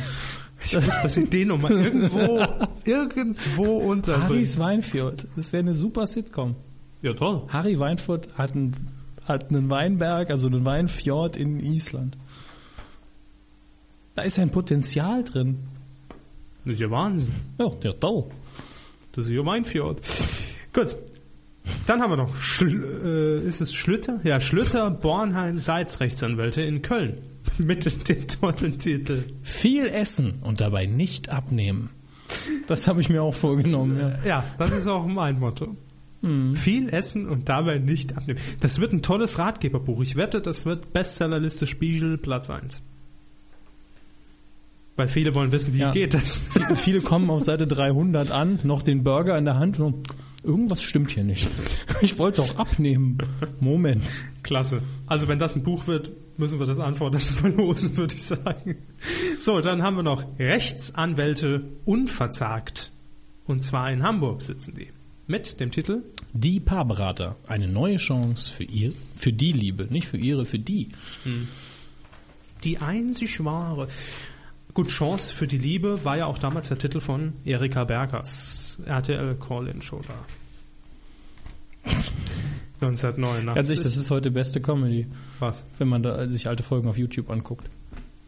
Ich weiß, dass ich den nochmal irgendwo, irgendwo unterbringe. Harrys Weinfjord, das wäre eine super Sitcom. Ja, toll. Harry Weinfurt hat einen hat einen Weinberg, also einen Weinfjord in Island. Da ist ein Potenzial drin. Das ist ja Wahnsinn. Ja, der toll. Das ist ja mein Fjord. Gut. Dann haben wir noch, Schl äh, ist es Schlüter? Ja, Schlüter, Bornheim, Salzrechtsanwälte in Köln. Mit dem tollen Titel. Viel essen und dabei nicht abnehmen. Das habe ich mir auch vorgenommen. Ja. Ja, das ist auch mein Motto. Viel essen und dabei nicht abnehmen. Das wird ein tolles Ratgeberbuch. Ich wette, das wird Bestsellerliste Spiegel Platz 1. Weil viele wollen wissen, wie Ja. geht das. Viele kommen auf Seite 300 an, noch den Burger in der Hand und irgendwas stimmt hier nicht. Ich wollte doch abnehmen. Moment. Klasse. Also wenn das ein Buch wird, müssen wir das anfordern zu verlosen, würde ich sagen. So, dann haben wir noch Rechtsanwälte unverzagt. Und zwar in Hamburg sitzen die. Mit dem Titel Die Paarberater. Eine neue Chance für ihr, für die Liebe. Nicht für ihre, für die. Die einzig wahre. Gut, Chance für die Liebe war ja auch damals der Titel von Erika Bergers. RTL Call-In-Show da. 1989. Ganz ehrlich, das ist heute beste Comedy, was. wenn man da sich alte Folgen auf YouTube anguckt.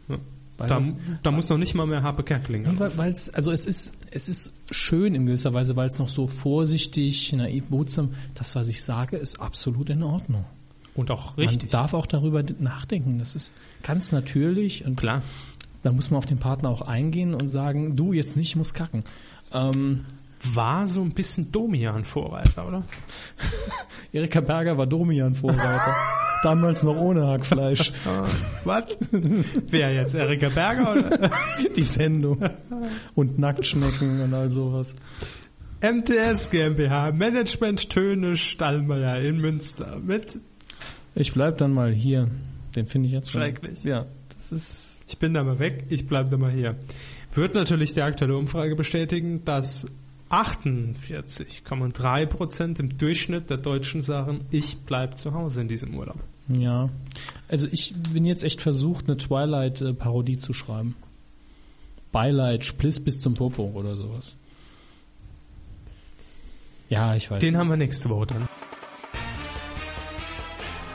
Ja. Weil Da, das- da muss noch nicht mal mehr Harpe Kerkeling. Nee, weil es, also es ist, es ist schön in gewisser Weise, weil es noch so vorsichtig, naiv, behutsam, das, was ich sage, ist absolut in Ordnung. Und auch Man richtig. darf auch darüber nachdenken. Das ist ganz natürlich und Klar. da muss man auf den Partner auch eingehen und sagen, du jetzt nicht, ich muss kacken. Ähm, War so ein bisschen Domian-Vorreiter, oder? Erika Berger war Domian-Vorreiter. Damals noch ohne Hackfleisch. Ah, Was? Wer jetzt? Erika Berger oder? Die Sendung. Und Nacktschnecken und all sowas. MTS GmbH, Management Töne Stallmeier in Münster. Mit Ich bleib dann mal hier. Den finde ich jetzt schon. Schrecklich. Ja, das ist. Ich bin da mal weg, ich bleibe da mal hier. Wird natürlich die aktuelle Umfrage bestätigen, dass 48,3% im Durchschnitt der Deutschen sagen, ich bleib zu Hause in diesem Urlaub. Ja. Also ich bin jetzt echt versucht, eine Twilight-Parodie zu schreiben. Beileid, Spliss bis zum Popo oder sowas. Ja, ich weiß. Den haben wir nächste Woche dann.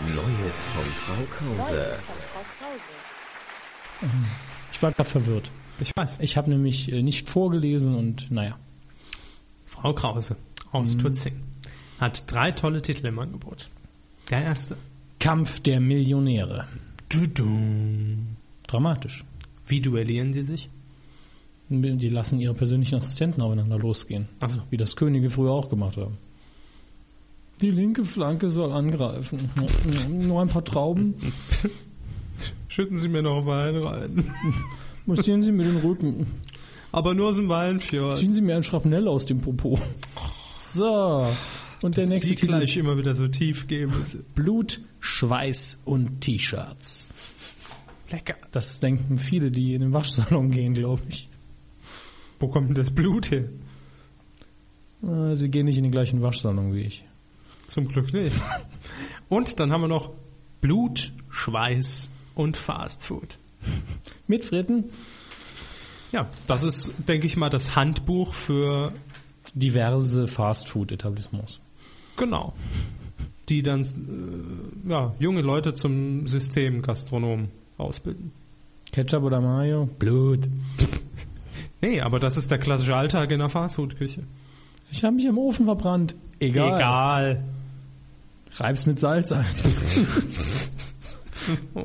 Neues von Frau Krause. ich war gerade verwirrt. Ich weiß, Ich habe nämlich äh, nicht vorgelesen und naja. Frau Krause aus Tutzing hat drei tolle Titel im Angebot. Der erste. Kampf der Millionäre. Dramatisch. Wie duellieren die sich? Die lassen ihre persönlichen Assistenten aufeinander losgehen. Achso. Wie das Könige früher auch gemacht haben. Die linke Flanke soll angreifen. Nur ein paar Trauben. Schütten Sie mir noch Wein rein. Massieren Sie mir den Rücken. Aber nur aus dem Weinfjord. Äh, Ziehen Sie mir ein Schrapnell aus dem Popo. So. Und der nächste Sie Titel. gleich immer wieder so tief gehen müssen. Blut, Schweiß und T-Shirts. Lecker. Das denken viele, die in den Waschsalon gehen, glaube ich. Wo kommt denn das Blut her? Äh, Sie gehen nicht in den gleichen Waschsalon wie ich. Zum Glück nicht. Und dann haben wir noch Blut, Schweiß und Fastfood. Mitfritten. Ja, das ist, denke ich mal, das Handbuch für, diverse Fastfood-Etablissements. genau, die dann äh, ja, junge Leute zum Systemgastronom ausbilden. Ketchup oder Mayo? Blut. Nee, aber das ist der klassische Alltag in der Fastfood-Küche. Ich habe mich im Ofen verbrannt. Egal. Egal. Reib's mit Salz ein.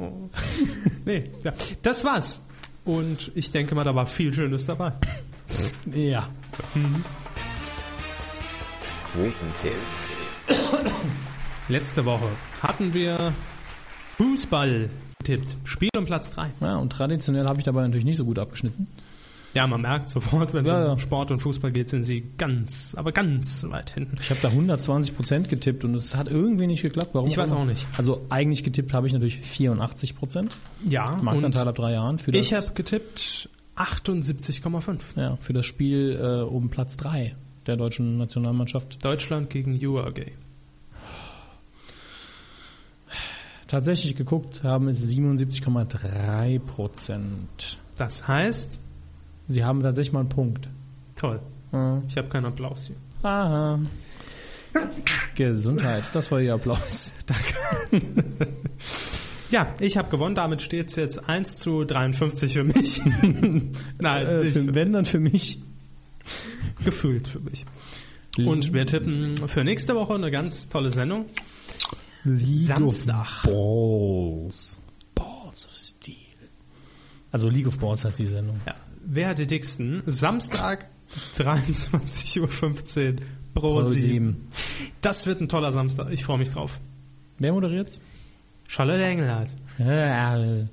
Nee, ja. das war's. Und ich denke mal, da war viel Schönes dabei. Ja. Quotentipp. Letzte Woche hatten wir Fußball getippt. Spiel um Platz 3. ja. Und traditionell habe ich dabei natürlich nicht so gut abgeschnitten. Ja, man merkt sofort, wenn es Ja, um ja. Sport und Fußball geht, sind sie ganz, aber ganz weit hinten. Ich habe da 120 Prozent getippt und es hat irgendwie nicht geklappt. Warum? Ich weiß immer. auch nicht. Also eigentlich getippt habe ich natürlich 84 Prozent. Ja, Marktanteil ab und drei Jahren für das, ich habe getippt 78,5. ja, für das Spiel äh, um Platz drei der deutschen Nationalmannschaft. Deutschland gegen UAG. Tatsächlich geguckt haben es 77,3 Prozent. Das heißt, Sie haben tatsächlich mal einen Punkt. toll, Ja. ich habe keinen Applaus hier. Äh, Aha. Gesundheit, das war Ihr Applaus. Ja, ich habe gewonnen. Damit steht es jetzt 1 zu 53 für mich. Nein, Äh, Also ich, für, wenn dann für mich. gefühlt für mich. Und wir tippen für nächste Woche eine ganz tolle Sendung. League Samstag. Of Balls. Balls of Steel. Also League of Balls heißt die Sendung. Ja. Wer hat die dicksten? Samstag 23.15 Uhr pro, Pro 7. sieben. Das wird ein toller Samstag. Ich freue mich drauf. Wer moderiert's? Charlotte Engelhardt. Äh,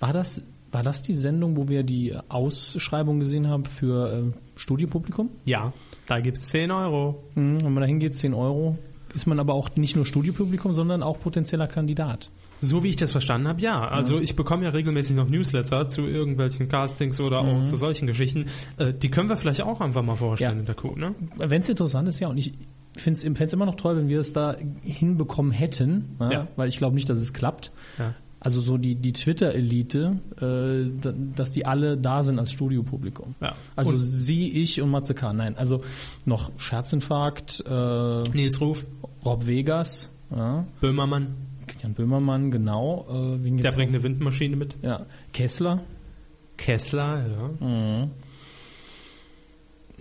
War das, war das die Sendung, wo wir die Ausschreibung gesehen haben für äh, Studiopublikum? Ja, da gibt's 10 Euro. Mhm, wenn man da hingeht, 10 Euro. Ist man aber auch nicht nur Studiopublikum, sondern auch potenzieller Kandidat. So wie ich das verstanden habe, ja. Also ich bekomme ja regelmäßig noch Newsletter zu irgendwelchen Castings oder auch zu solchen Geschichten. Äh, die können wir vielleicht auch einfach mal vorstellen Ja. in der Kuh, ne? Wenn es interessant ist, ja. Und ich finde es immer noch toll, wenn wir es da hinbekommen hätten, ja, Ja. weil ich glaube nicht, dass es klappt. Ja. Also so die, die Twitter-Elite, äh, da- dass die alle da sind als Studiopublikum. Ja. Also Und- sie, ich und Matze K. Nein, also noch Scherzinfarkt, äh, Nils Ruf, Rob Vegas, ja, Böhmermann, Jan Böhmermann, genau. Äh, wen der gibt's bringt eine Windmaschine mit. noch? ja, Kessler, Kessler, ja.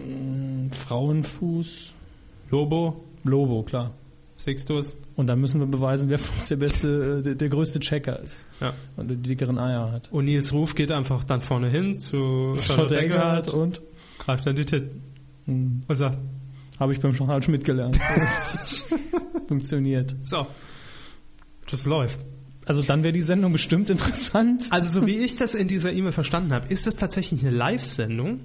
mm, Frauenfuß, Lobo, Lobo, klar. Sixtus. Und dann müssen wir beweisen, wer von uns der beste, äh, der, der größte Checker ist Ja. und die dickeren Eier hat. Und Nils Ruf geht einfach dann vorne hin zu Charlotte Engelhardt und und greift dann die Titten Hm. und sagt, habe ich beim Harald Schmidt gelernt. Funktioniert. so, das läuft. Also dann wäre die Sendung bestimmt interessant. Also so wie ich das in dieser E-Mail verstanden habe, ist das tatsächlich eine Live-Sendung,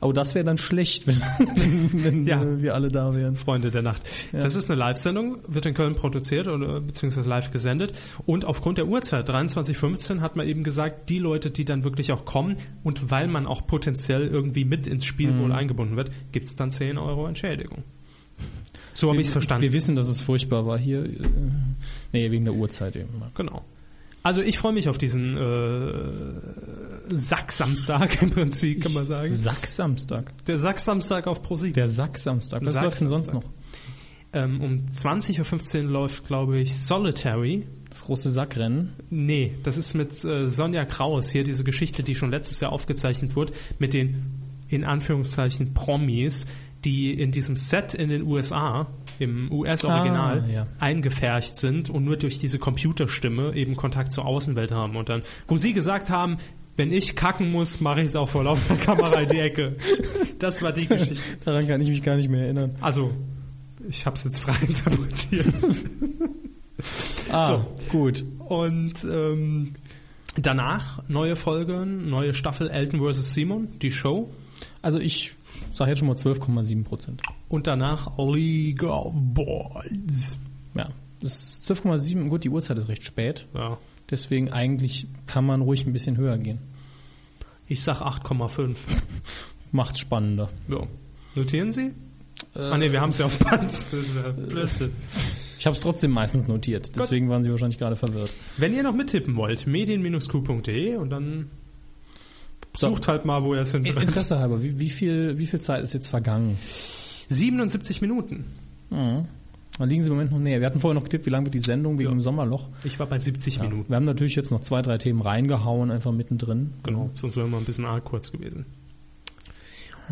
Aber das wäre dann schlecht, wenn, wenn, wenn Ja. äh, wir alle da wären. Freunde der Nacht. Das ist eine Live-Sendung, wird in Köln produziert oder beziehungsweise live gesendet. Und aufgrund der Uhrzeit, 23.15, hat man eben gesagt, die Leute, die dann wirklich auch kommen und weil man auch potenziell irgendwie mit ins Spiel wohl eingebunden wird, gibt's dann 10 Euro Entschädigung. So habe ich es verstanden. Wir wissen, dass es furchtbar war hier. äh, Nee, wegen der Uhrzeit eben. Genau. Also ich freue mich auf diesen äh, Sack-Samstag im Prinzip, kann man sagen. Sack-Samstag. Der Sack-Samstag auf ProSieben. Der Sack-Samstag. Was Sack- läuft denn sonst Samstag. noch? Ähm, um 20.15 Uhr läuft, glaube ich, Solitary. Das große Sackrennen. Nee, das ist mit äh, Sonja Kraus hier, diese Geschichte, die schon letztes Jahr aufgezeichnet wurde, mit den in Anführungszeichen Promis, die in diesem Set in den USA, im US-Original, Ah, ja. eingefercht sind und nur durch diese Computerstimme eben Kontakt zur Außenwelt haben. Und dann, wo sie gesagt haben, wenn ich kacken muss, mache ich es auch vor laufender Kamera in die Ecke. Das war die Geschichte. Daran kann ich mich gar nicht mehr erinnern. Also, ich habe es jetzt frei interpretiert. Ah, So. gut. Und ähm, danach neue Folgen, neue Staffel Elton vs. Simon, die Show. Also ich sage jetzt schon mal 12,7 Prozent. Und danach League of Boys. Ja, das ist 12,7. Gut, die Uhrzeit ist recht spät. Ja. Deswegen eigentlich kann man ruhig ein bisschen höher gehen. Ich sag 8,5. Macht's spannender. Ja. Notieren Sie? ah ne, wir haben es ja auf Band. Das ist ja Blödsinn. Ich habe es trotzdem meistens notiert. Deswegen waren Sie wahrscheinlich gerade verwirrt. Wenn ihr noch mittippen wollt, medien-q.de und dann sucht halt mal, wo ihr es hinschreibt. Interesse halber, wie, wie, viel, wie viel Zeit ist jetzt vergangen? 77 Minuten. Da liegen Sie im Moment noch näher. Wir hatten vorher noch getippt, wie lange wird die Sendung wegen dem Sommerloch. Ich war bei 70 Ja. Minuten. Wir haben natürlich jetzt noch zwei, drei Themen reingehauen, einfach mittendrin. Genau, sonst wären wir ein bisschen arg kurz gewesen.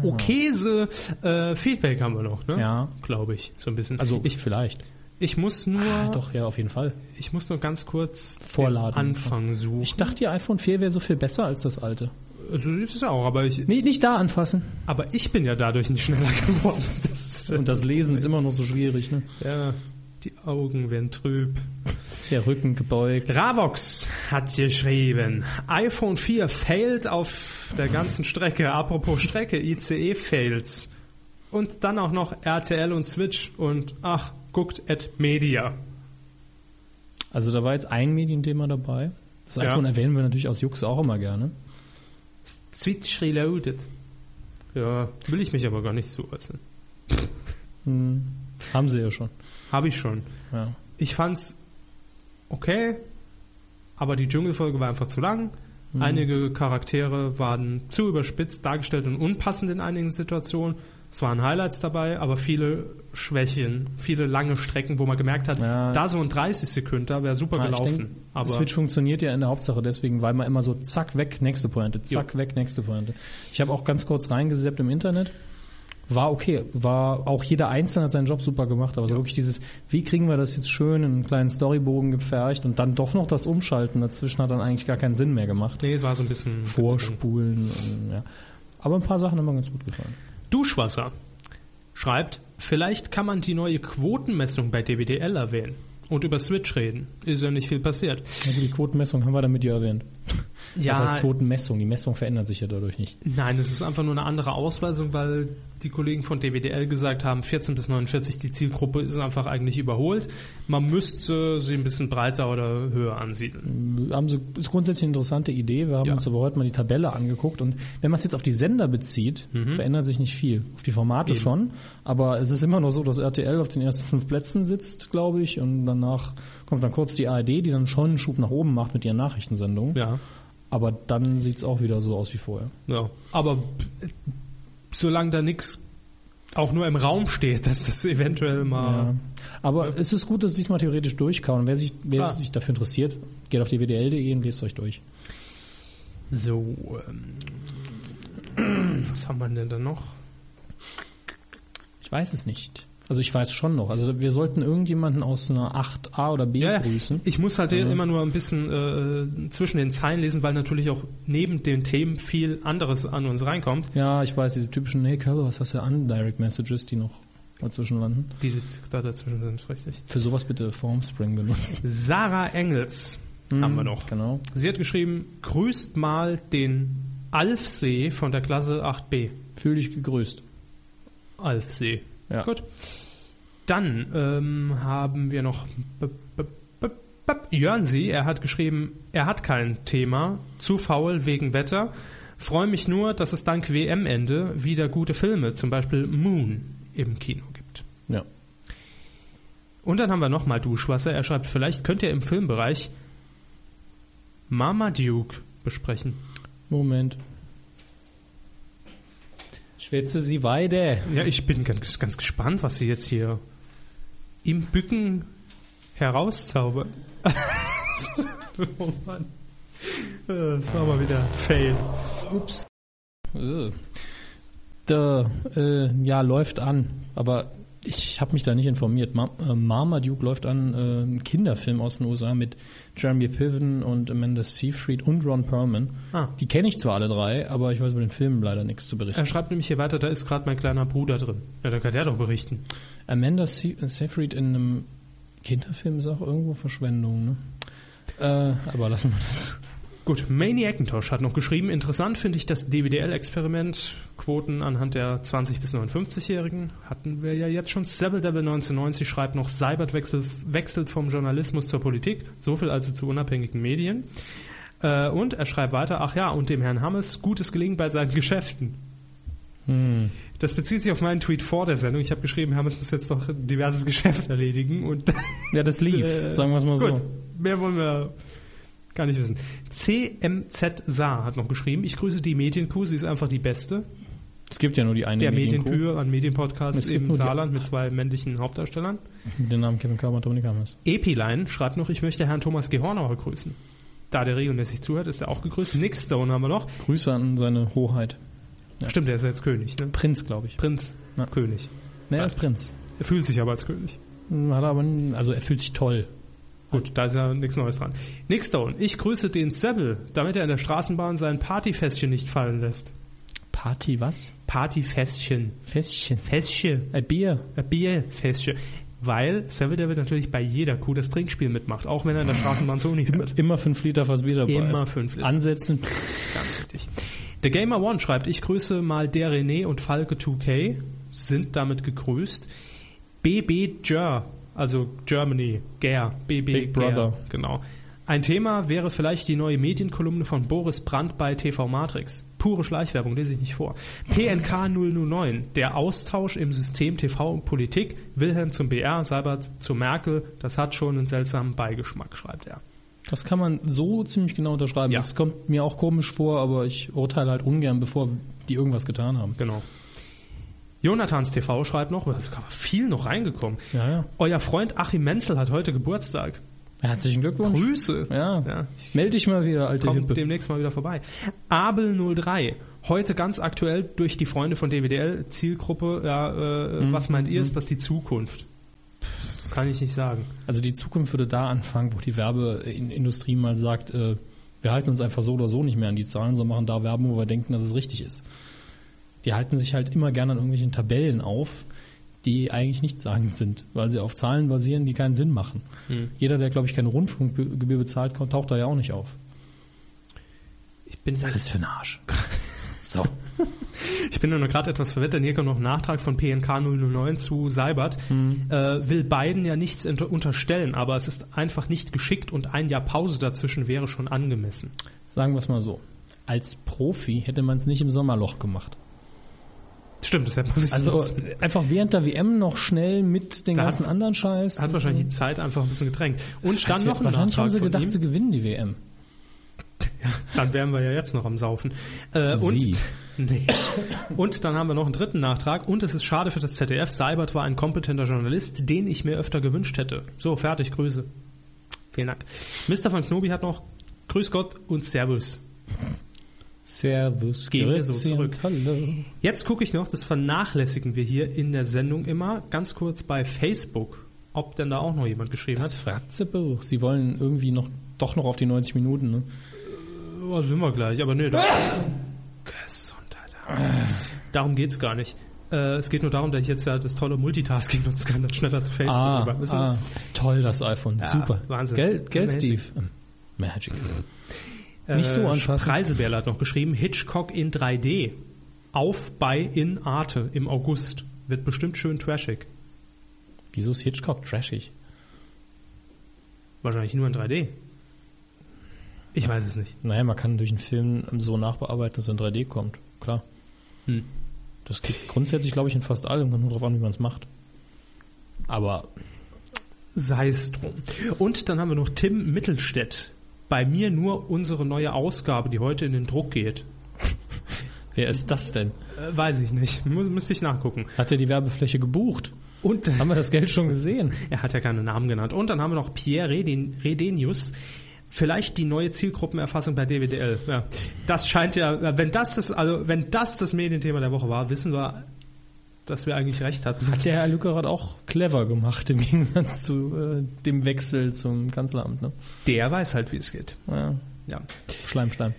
Okayse äh, Feedback haben wir noch, ne? Ja. Glaube ich, so ein bisschen. Also ich ich, vielleicht. ich muss nur, Ah, doch, ja, auf jeden Fall. ich muss nur ganz kurz Vorladen. den Anfang suchen. Ich dachte, Ihr iPhone 4 wäre so viel besser als das alte. also ist es auch, aber ich, Nee, nicht da anfassen. aber ich bin ja dadurch nicht schneller geworden. Das ist, äh, Und das Lesen ist immer noch so schwierig, ne? ja, die Augen werden trüb. Der Rücken gebeugt. Ravox hat geschrieben, iPhone 4 failed auf der ganzen Strecke. Apropos Strecke, ICE fails. Und dann auch noch RTL und Switch und ach, guckt at Media. Also da war jetzt ein Medienthema dabei. Das Ja. iPhone erwähnen wir natürlich aus Jux auch immer gerne. Switch reloaded. Ja, will ich mich aber gar nicht zu äußern. Hm. Haben sie ja schon. Habe ich schon. Ja. Ich fand's okay, aber die Dschungelfolge war einfach zu lang. Mhm. Einige Charaktere waren zu überspitzt dargestellt und unpassend in einigen Situationen. Es waren Highlights dabei, aber viele Schwächen, viele lange Strecken, wo man gemerkt hat, Ja. da so ein 30 Sekunden wäre super Ja, Ah, ich gelaufen. denk, aber Switch funktioniert ja in der Hauptsache deswegen, weil man immer so zack weg, nächste Pointe, zack weg, nächste Pointe. Ich habe auch ganz kurz reingeseppt im Internet. War okay, war auch jeder Einzelne hat seinen Job super gemacht, aber so wirklich dieses, wie kriegen wir das jetzt schön in einen kleinen Storybogen gepfercht und dann doch noch das Umschalten dazwischen hat dann eigentlich gar keinen Sinn mehr gemacht. nee, es war so ein bisschen gezwungen. Vorspulen, und, ja. Aber ein paar Sachen haben mir ganz gut gefallen. Duschwasser schreibt, vielleicht kann man die neue Quotenmessung bei DWDL erwähnen und über Switch reden. Ist ja nicht viel passiert. Also die Quotenmessung haben wir damit ja erwähnt. Ja, das heißt Quotenmessung, die Messung verändert sich ja dadurch nicht. nein, es ist einfach nur eine andere Ausweisung, weil die Kollegen von DWDL gesagt haben, 14 bis 49, die Zielgruppe ist einfach eigentlich überholt. Man müsste sie ein bisschen breiter oder höher ansiedeln. haben sie, ist grundsätzlich eine interessante Idee. Wir haben Ja. uns aber heute mal die Tabelle angeguckt und wenn man es jetzt auf die Sender bezieht, Mhm. verändert sich nicht viel. Auf die Formate schon, aber es ist immer noch so, dass RTL auf den ersten fünf Plätzen sitzt, glaube ich, und danach kommt dann kurz die ARD, die dann schon einen Schub nach oben macht mit ihren Nachrichtensendungen. Ja. Aber dann sieht es auch wieder so aus wie vorher. Ja, aber p- solange da nichts auch nur im Raum steht, dass das eventuell mal. Ja. Aber es ist gut, dass sie es mal theoretisch durchkauen. Wer sich, wer Klar. sich dafür interessiert, geht auf dwdl.de E und lest euch durch. So, ähm, was haben wir denn da noch? Ich weiß es nicht. Also ich weiß schon noch. Also wir sollten irgendjemanden aus einer 8a oder b Ja, ja. grüßen. Ich muss halt immer nur ein bisschen äh, zwischen den Zeilen lesen, weil natürlich auch neben den Themen viel anderes an uns reinkommt. Ja, ich weiß, diese typischen, hey Körper, was hast du an? Direct Messages, die noch dazwischen landen. Die da dazwischen sind, richtig. Für sowas bitte Formspring benutzen. Sarah Engels haben wir noch. Genau. Sie hat geschrieben, grüßt mal den Alfsee von der Klasse 8b. Fühl dich gegrüßt. Alfsee. Ja. Gut. Dann ähm, haben wir noch b- b- b- b- Jörnsee. Er hat geschrieben, er hat kein Thema. Zu faul wegen Wetter. Freue mich nur, dass es dank WM-Ende wieder gute Filme, zum Beispiel Moon, im Kino gibt. Ja. Und dann haben wir nochmal Duschwasser. Er schreibt, vielleicht könnt ihr im Filmbereich Mama Duke besprechen. Moment. Schwätze sie weiter. Ja, ich bin ganz, ganz gespannt, was sie jetzt hier im Bücken herauszaubern. oh Mann. Äh, Das war mal wieder Fail. Ups. Äh. Da, äh, ja, läuft an. Aber ich habe mich da nicht informiert. Ma äh, Marmaduke läuft an, äh, ein Kinderfilm aus den USA mit Jeremy Piven und Amanda Seyfried und Ron Perlman. Ah. Die kenne ich zwar alle drei, aber ich weiß über den Film leider nichts zu berichten. Er schreibt nämlich hier weiter, da ist gerade mein kleiner Bruder drin. Ja, da kann der doch berichten. Amanda Se äh, Seyfried in einem Kinderfilm ist auch irgendwo Verschwendung, ne? Äh, aber lassen wir das. Gut, Maniacintosh hat noch geschrieben, interessant finde ich das DWDL-Experiment, Quoten anhand der 20- bis 59-Jährigen, hatten wir ja jetzt schon. Seville Devil 1990 schreibt noch, Seibert wechsel, wechselt vom Journalismus zur Politik, so viel also zu unabhängigen Medien. Äh, und er schreibt weiter, ach ja, und dem Herrn Hammes, gutes Gelingen bei seinen Geschäften. Das bezieht sich auf meinen Tweet vor der Sendung. Ich habe geschrieben, Hammes muss jetzt noch diverses Geschäft erledigen und Ja, das lief, Äh, sagen wir es mal so. Gut, mehr wollen wir gar nicht wissen. CMZ Saar hat noch geschrieben, ich grüße die Medienkuh, sie ist einfach die beste. Es gibt ja nur die eine Der Medienkuh. Medienkühe an Medienpodcasts Es gibt im nur die- Saarland mit zwei männlichen Hauptdarstellern. Den Namen Kevin Körber und Dominik Hammes. Epiline schreibt noch, ich möchte Herrn Thomas Gehornauer grüßen. Da der regelmäßig zuhört, ist er auch gegrüßt. Nick Stone haben wir noch. Grüße an seine Hoheit. Stimmt, der ist jetzt König, ne? Prinz, glaube ich. Prinz, Ja. König. Ne, er ist Prinz. Er fühlt sich aber als König. Hat er aber, n- also er fühlt sich toll. Gut, da ist ja nichts Neues dran. Nick Stone, ich grüße den Seville, damit er in der Straßenbahn sein Partyfestchen nicht fallen lässt. Party was? Partyfestchen. Fässchen. Fässchen, Ein Bier. äh, Bierfässchen. Weil Savile David natürlich bei jeder Kuh das Trinkspiel mitmacht, auch wenn er in der Straßenbahn so nicht hört. Immer fünf Liter fast Bier dabei. Immer fünf Liter. Ansetzen. Ganz richtig. The Gamer One schreibt, ich grüße mal der René und Falke 2K, sind damit gegrüßt. BB Ger, also Germany, Ger, BB Big Ger, Brother. Genau. Ein Thema wäre vielleicht die neue Medienkolumne von Boris Brandt bei TV Matrix. Pure Schleichwerbung, lese ich nicht vor. PNK 009, der Austausch im System TV und Politik, Wilhelm zum BR, Seibert zu Merkel, das hat schon einen seltsamen Beigeschmack, schreibt er. Das kann man so ziemlich genau unterschreiben. Ja. Das kommt mir auch komisch vor, aber ich urteile halt ungern, bevor die irgendwas getan haben. Genau. Jonathans TV schreibt noch, da ist aber viel noch reingekommen. Ja, ja. Euer Freund Achim Menzel hat heute Geburtstag. Herzlichen Glückwunsch. Grüße. Ja. Ja. Melde dich mal wieder, alte Kommt Hippe. demnächst mal wieder vorbei. Abel03, heute ganz aktuell durch die Freunde von DWDL, Zielgruppe, ja, äh, Mhm, was meint ihr, ist das die Zukunft? Kann ich nicht sagen. Also die Zukunft würde da anfangen, wo die Werbeindustrie mal sagt, äh, wir halten uns einfach so oder so nicht mehr an die Zahlen, sondern machen da Werbung, wo wir denken, dass es richtig ist. Die halten sich halt immer gerne an irgendwelchen Tabellen auf, die eigentlich nichtssagend sind, weil sie auf Zahlen basieren, die keinen Sinn machen. Hm. Jeder, der, glaube ich, keine Rundfunkgebühr bezahlt, kommt- taucht da ja auch nicht auf. Ich bin, Alles für den Arsch. So. ich bin nur gerade etwas verwirrt, denn hier kommt noch ein Nachtrag von PNK 009 zu Seibert. Mhm. Äh, will Biden ja nichts inter- unterstellen, aber es ist einfach nicht geschickt und ein Jahr Pause dazwischen wäre schon angemessen. Sagen wir es mal so. Als Profi hätte man es nicht im Sommerloch gemacht. Stimmt, das hätte man wissen Also müssen. äh, einfach während der WM noch schnell mit den Da ganzen hat- anderen Scheiß. Hat wahrscheinlich die Zeit einfach ein bisschen gedrängt. Und Scheiß, stand noch ein wahrscheinlich Nachtrag haben sie von gedacht, ihm. sie gewinnen die WM. Dann wären wir ja jetzt noch am Saufen. Äh, Sie. und, nee. und dann haben wir noch einen dritten Nachtrag. Und es ist schade für das ZDF. Seibert war ein kompetenter Journalist, den ich mir öfter gewünscht hätte. So, fertig, Grüße. Vielen Dank. Mr. van Knobi hat noch Grüß Gott und Servus. Servus, Gehen wir so Grüezi zurück. und Hallo. Jetzt gucke ich noch, das vernachlässigen wir hier in der Sendung immer, ganz kurz bei Facebook, ob denn da auch noch jemand geschrieben Das hat. Fratzebuch. Sie wollen irgendwie noch doch noch auf die 90 Minuten, ne? Oh, sind wir gleich, aber nee, da. Gesundheit. Darum geht's gar nicht. Äh, es geht nur darum, dass ich jetzt ja das tolle Multitasking nutzen kann, dann schneller zu Facebook rüber. Wissen ah, toll das iPhone, super. Wahnsinn. Gell, gell Amazing. Steve? Hm. Magic. Sie? äh, nicht so anfassen. Preiselbeerl hat noch geschrieben, Hitchcock in 3D. Auf bei in Arte im August. Wird bestimmt schön trashig. Wieso ist Hitchcock trashig? Wahrscheinlich nur in 3D. Ich weiß es nicht. Naja, man kann durch einen Film so nachbearbeiten, dass er in 3D kommt. Klar. Hm. Das geht grundsätzlich, glaube ich, in fast allem. Kommt nur drauf an, wie man es macht. Aber Sei es drum. Und dann haben wir noch Tim Mittelstädt. Bei mir nur unsere neue Ausgabe, die heute in den Druck geht. wer ist das denn? Äh, weiß ich nicht. Muss, müsste ich nachgucken. Hat er die Werbefläche gebucht? Und Haben wir das Geld schon gesehen? Er hat ja keine Namen genannt. Und dann haben wir noch Pierre Redin, Redenius. Vielleicht die neue Zielgruppenerfassung bei DWDL. Ja. Das scheint ja, wenn das das, also wenn das das Medienthema der Woche war, wissen wir, dass wir eigentlich recht hatten. Hat der Herr Lückerath auch clever gemacht, im Gegensatz zu äh, dem Wechsel zum Kanzleramt. Ne? Der weiß halt, wie es geht. Ja. Ja. Schleim, Schleim.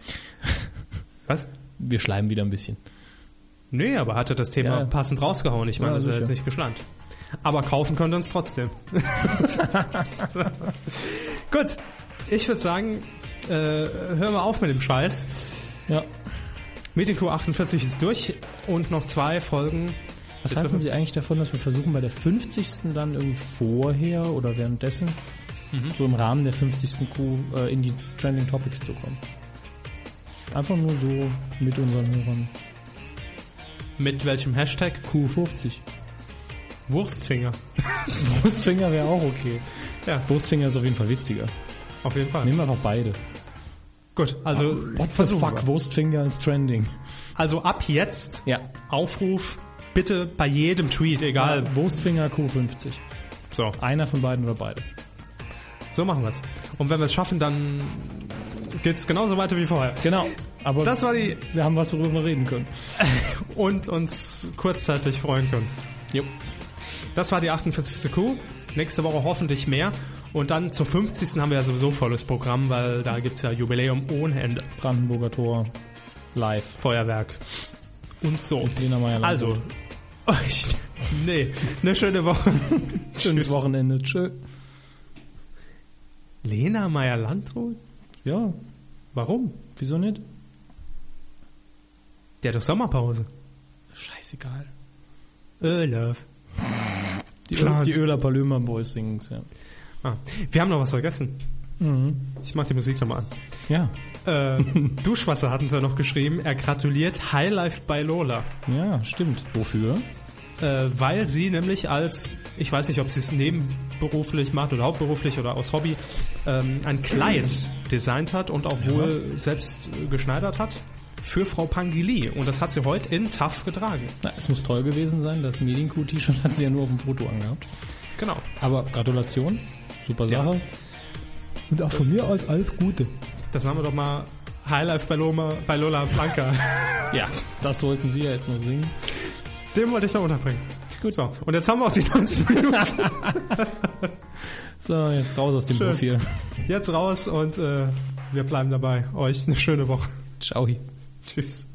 Was? Wir schleimen wieder ein bisschen. Nee, aber hat er das Thema Ja. passend rausgehauen. Ich meine, Ja, das ist ja sicher. jetzt nicht geschlankt. Aber kaufen könnt ihr uns trotzdem. Gut. Ich würde sagen, äh, hören wir auf mit dem Scheiß. Ja. Medienkur 48 ist durch und noch zwei Folgen. Was Ist halten doch- Sie eigentlich davon, dass wir versuchen, bei der 50. dann irgendwie vorher oder währenddessen Mhm. so im Rahmen der 50. Crew äh, in die Trending Topics zu kommen? Einfach nur so mit unseren Hörern. Mit welchem Hashtag? Q50. Wurstfinger. Brustfinger wäre auch okay. Ja, Brustfinger ist auf jeden Fall witziger. auf jeden Fall. Nehmen wir einfach beide. Gut, also Hm. What the versuchen fuck, wir. Wurstfinger ist trending. Also ab jetzt Ja. Aufruf bitte bei jedem Tweet, egal. Äh, Wurstfinger Q50. So, Einer von beiden oder beide. so machen wir's. Und wenn wir es schaffen, dann geht's genauso weiter wie vorher. Genau. Aber Das war die wir haben was, worüber wir reden können. und uns kurzzeitig freuen können. Jo. Das war die 48. Kuh. Nächste Woche hoffentlich mehr. Und dann zur 50. haben wir ja sowieso volles Programm, weil da gibt's ja Jubiläum ohne Ende. Brandenburger Tor live. Feuerwerk. Und so. Lena Meyer. Also, euch, nee, eine schöne Woche. schönes Wochenende. Tschö. Lena Meyer-Landrut? Ja, Warum? wieso nicht? Der hat doch Sommerpause. Scheißegal. Äh, love. Die, Klar. Öl, die Öler Palömer Boys singen's, ja. Ah, wir haben noch was vergessen. Ich mach die Musik nochmal Ja. an. Äh, Duschwasser hatten sie ja noch geschrieben. Er gratuliert Highlife bei Lola. Ja, stimmt. Wofür? Äh, weil sie nämlich als, ich weiß nicht, ob sie es nebenberuflich macht oder hauptberuflich oder aus Hobby, ähm, ein Kleid designt hat und auch wohl selbst äh, geschneidert hat. für Frau Pangili. Und das hat sie heute in TAF getragen. Na, es muss toll gewesen sein, das Medienkuh-T-Shirt hat sie ja nur auf dem Foto angehabt. Genau. Aber Gratulation, super Ja. Sache. Und auch von mir aus alles Gute. Das haben wir doch mal Highlife bei, Loma, bei Lola Blanca. Ja, das wollten Sie ja jetzt noch singen. Den wollte ich noch unterbringen. Gut. So, und jetzt haben wir auch die 90 Minuten. So, jetzt raus aus dem Schön. Profil. Jetzt raus und äh, wir bleiben dabei. Euch eine schöne Woche. Ciao. Tschüss.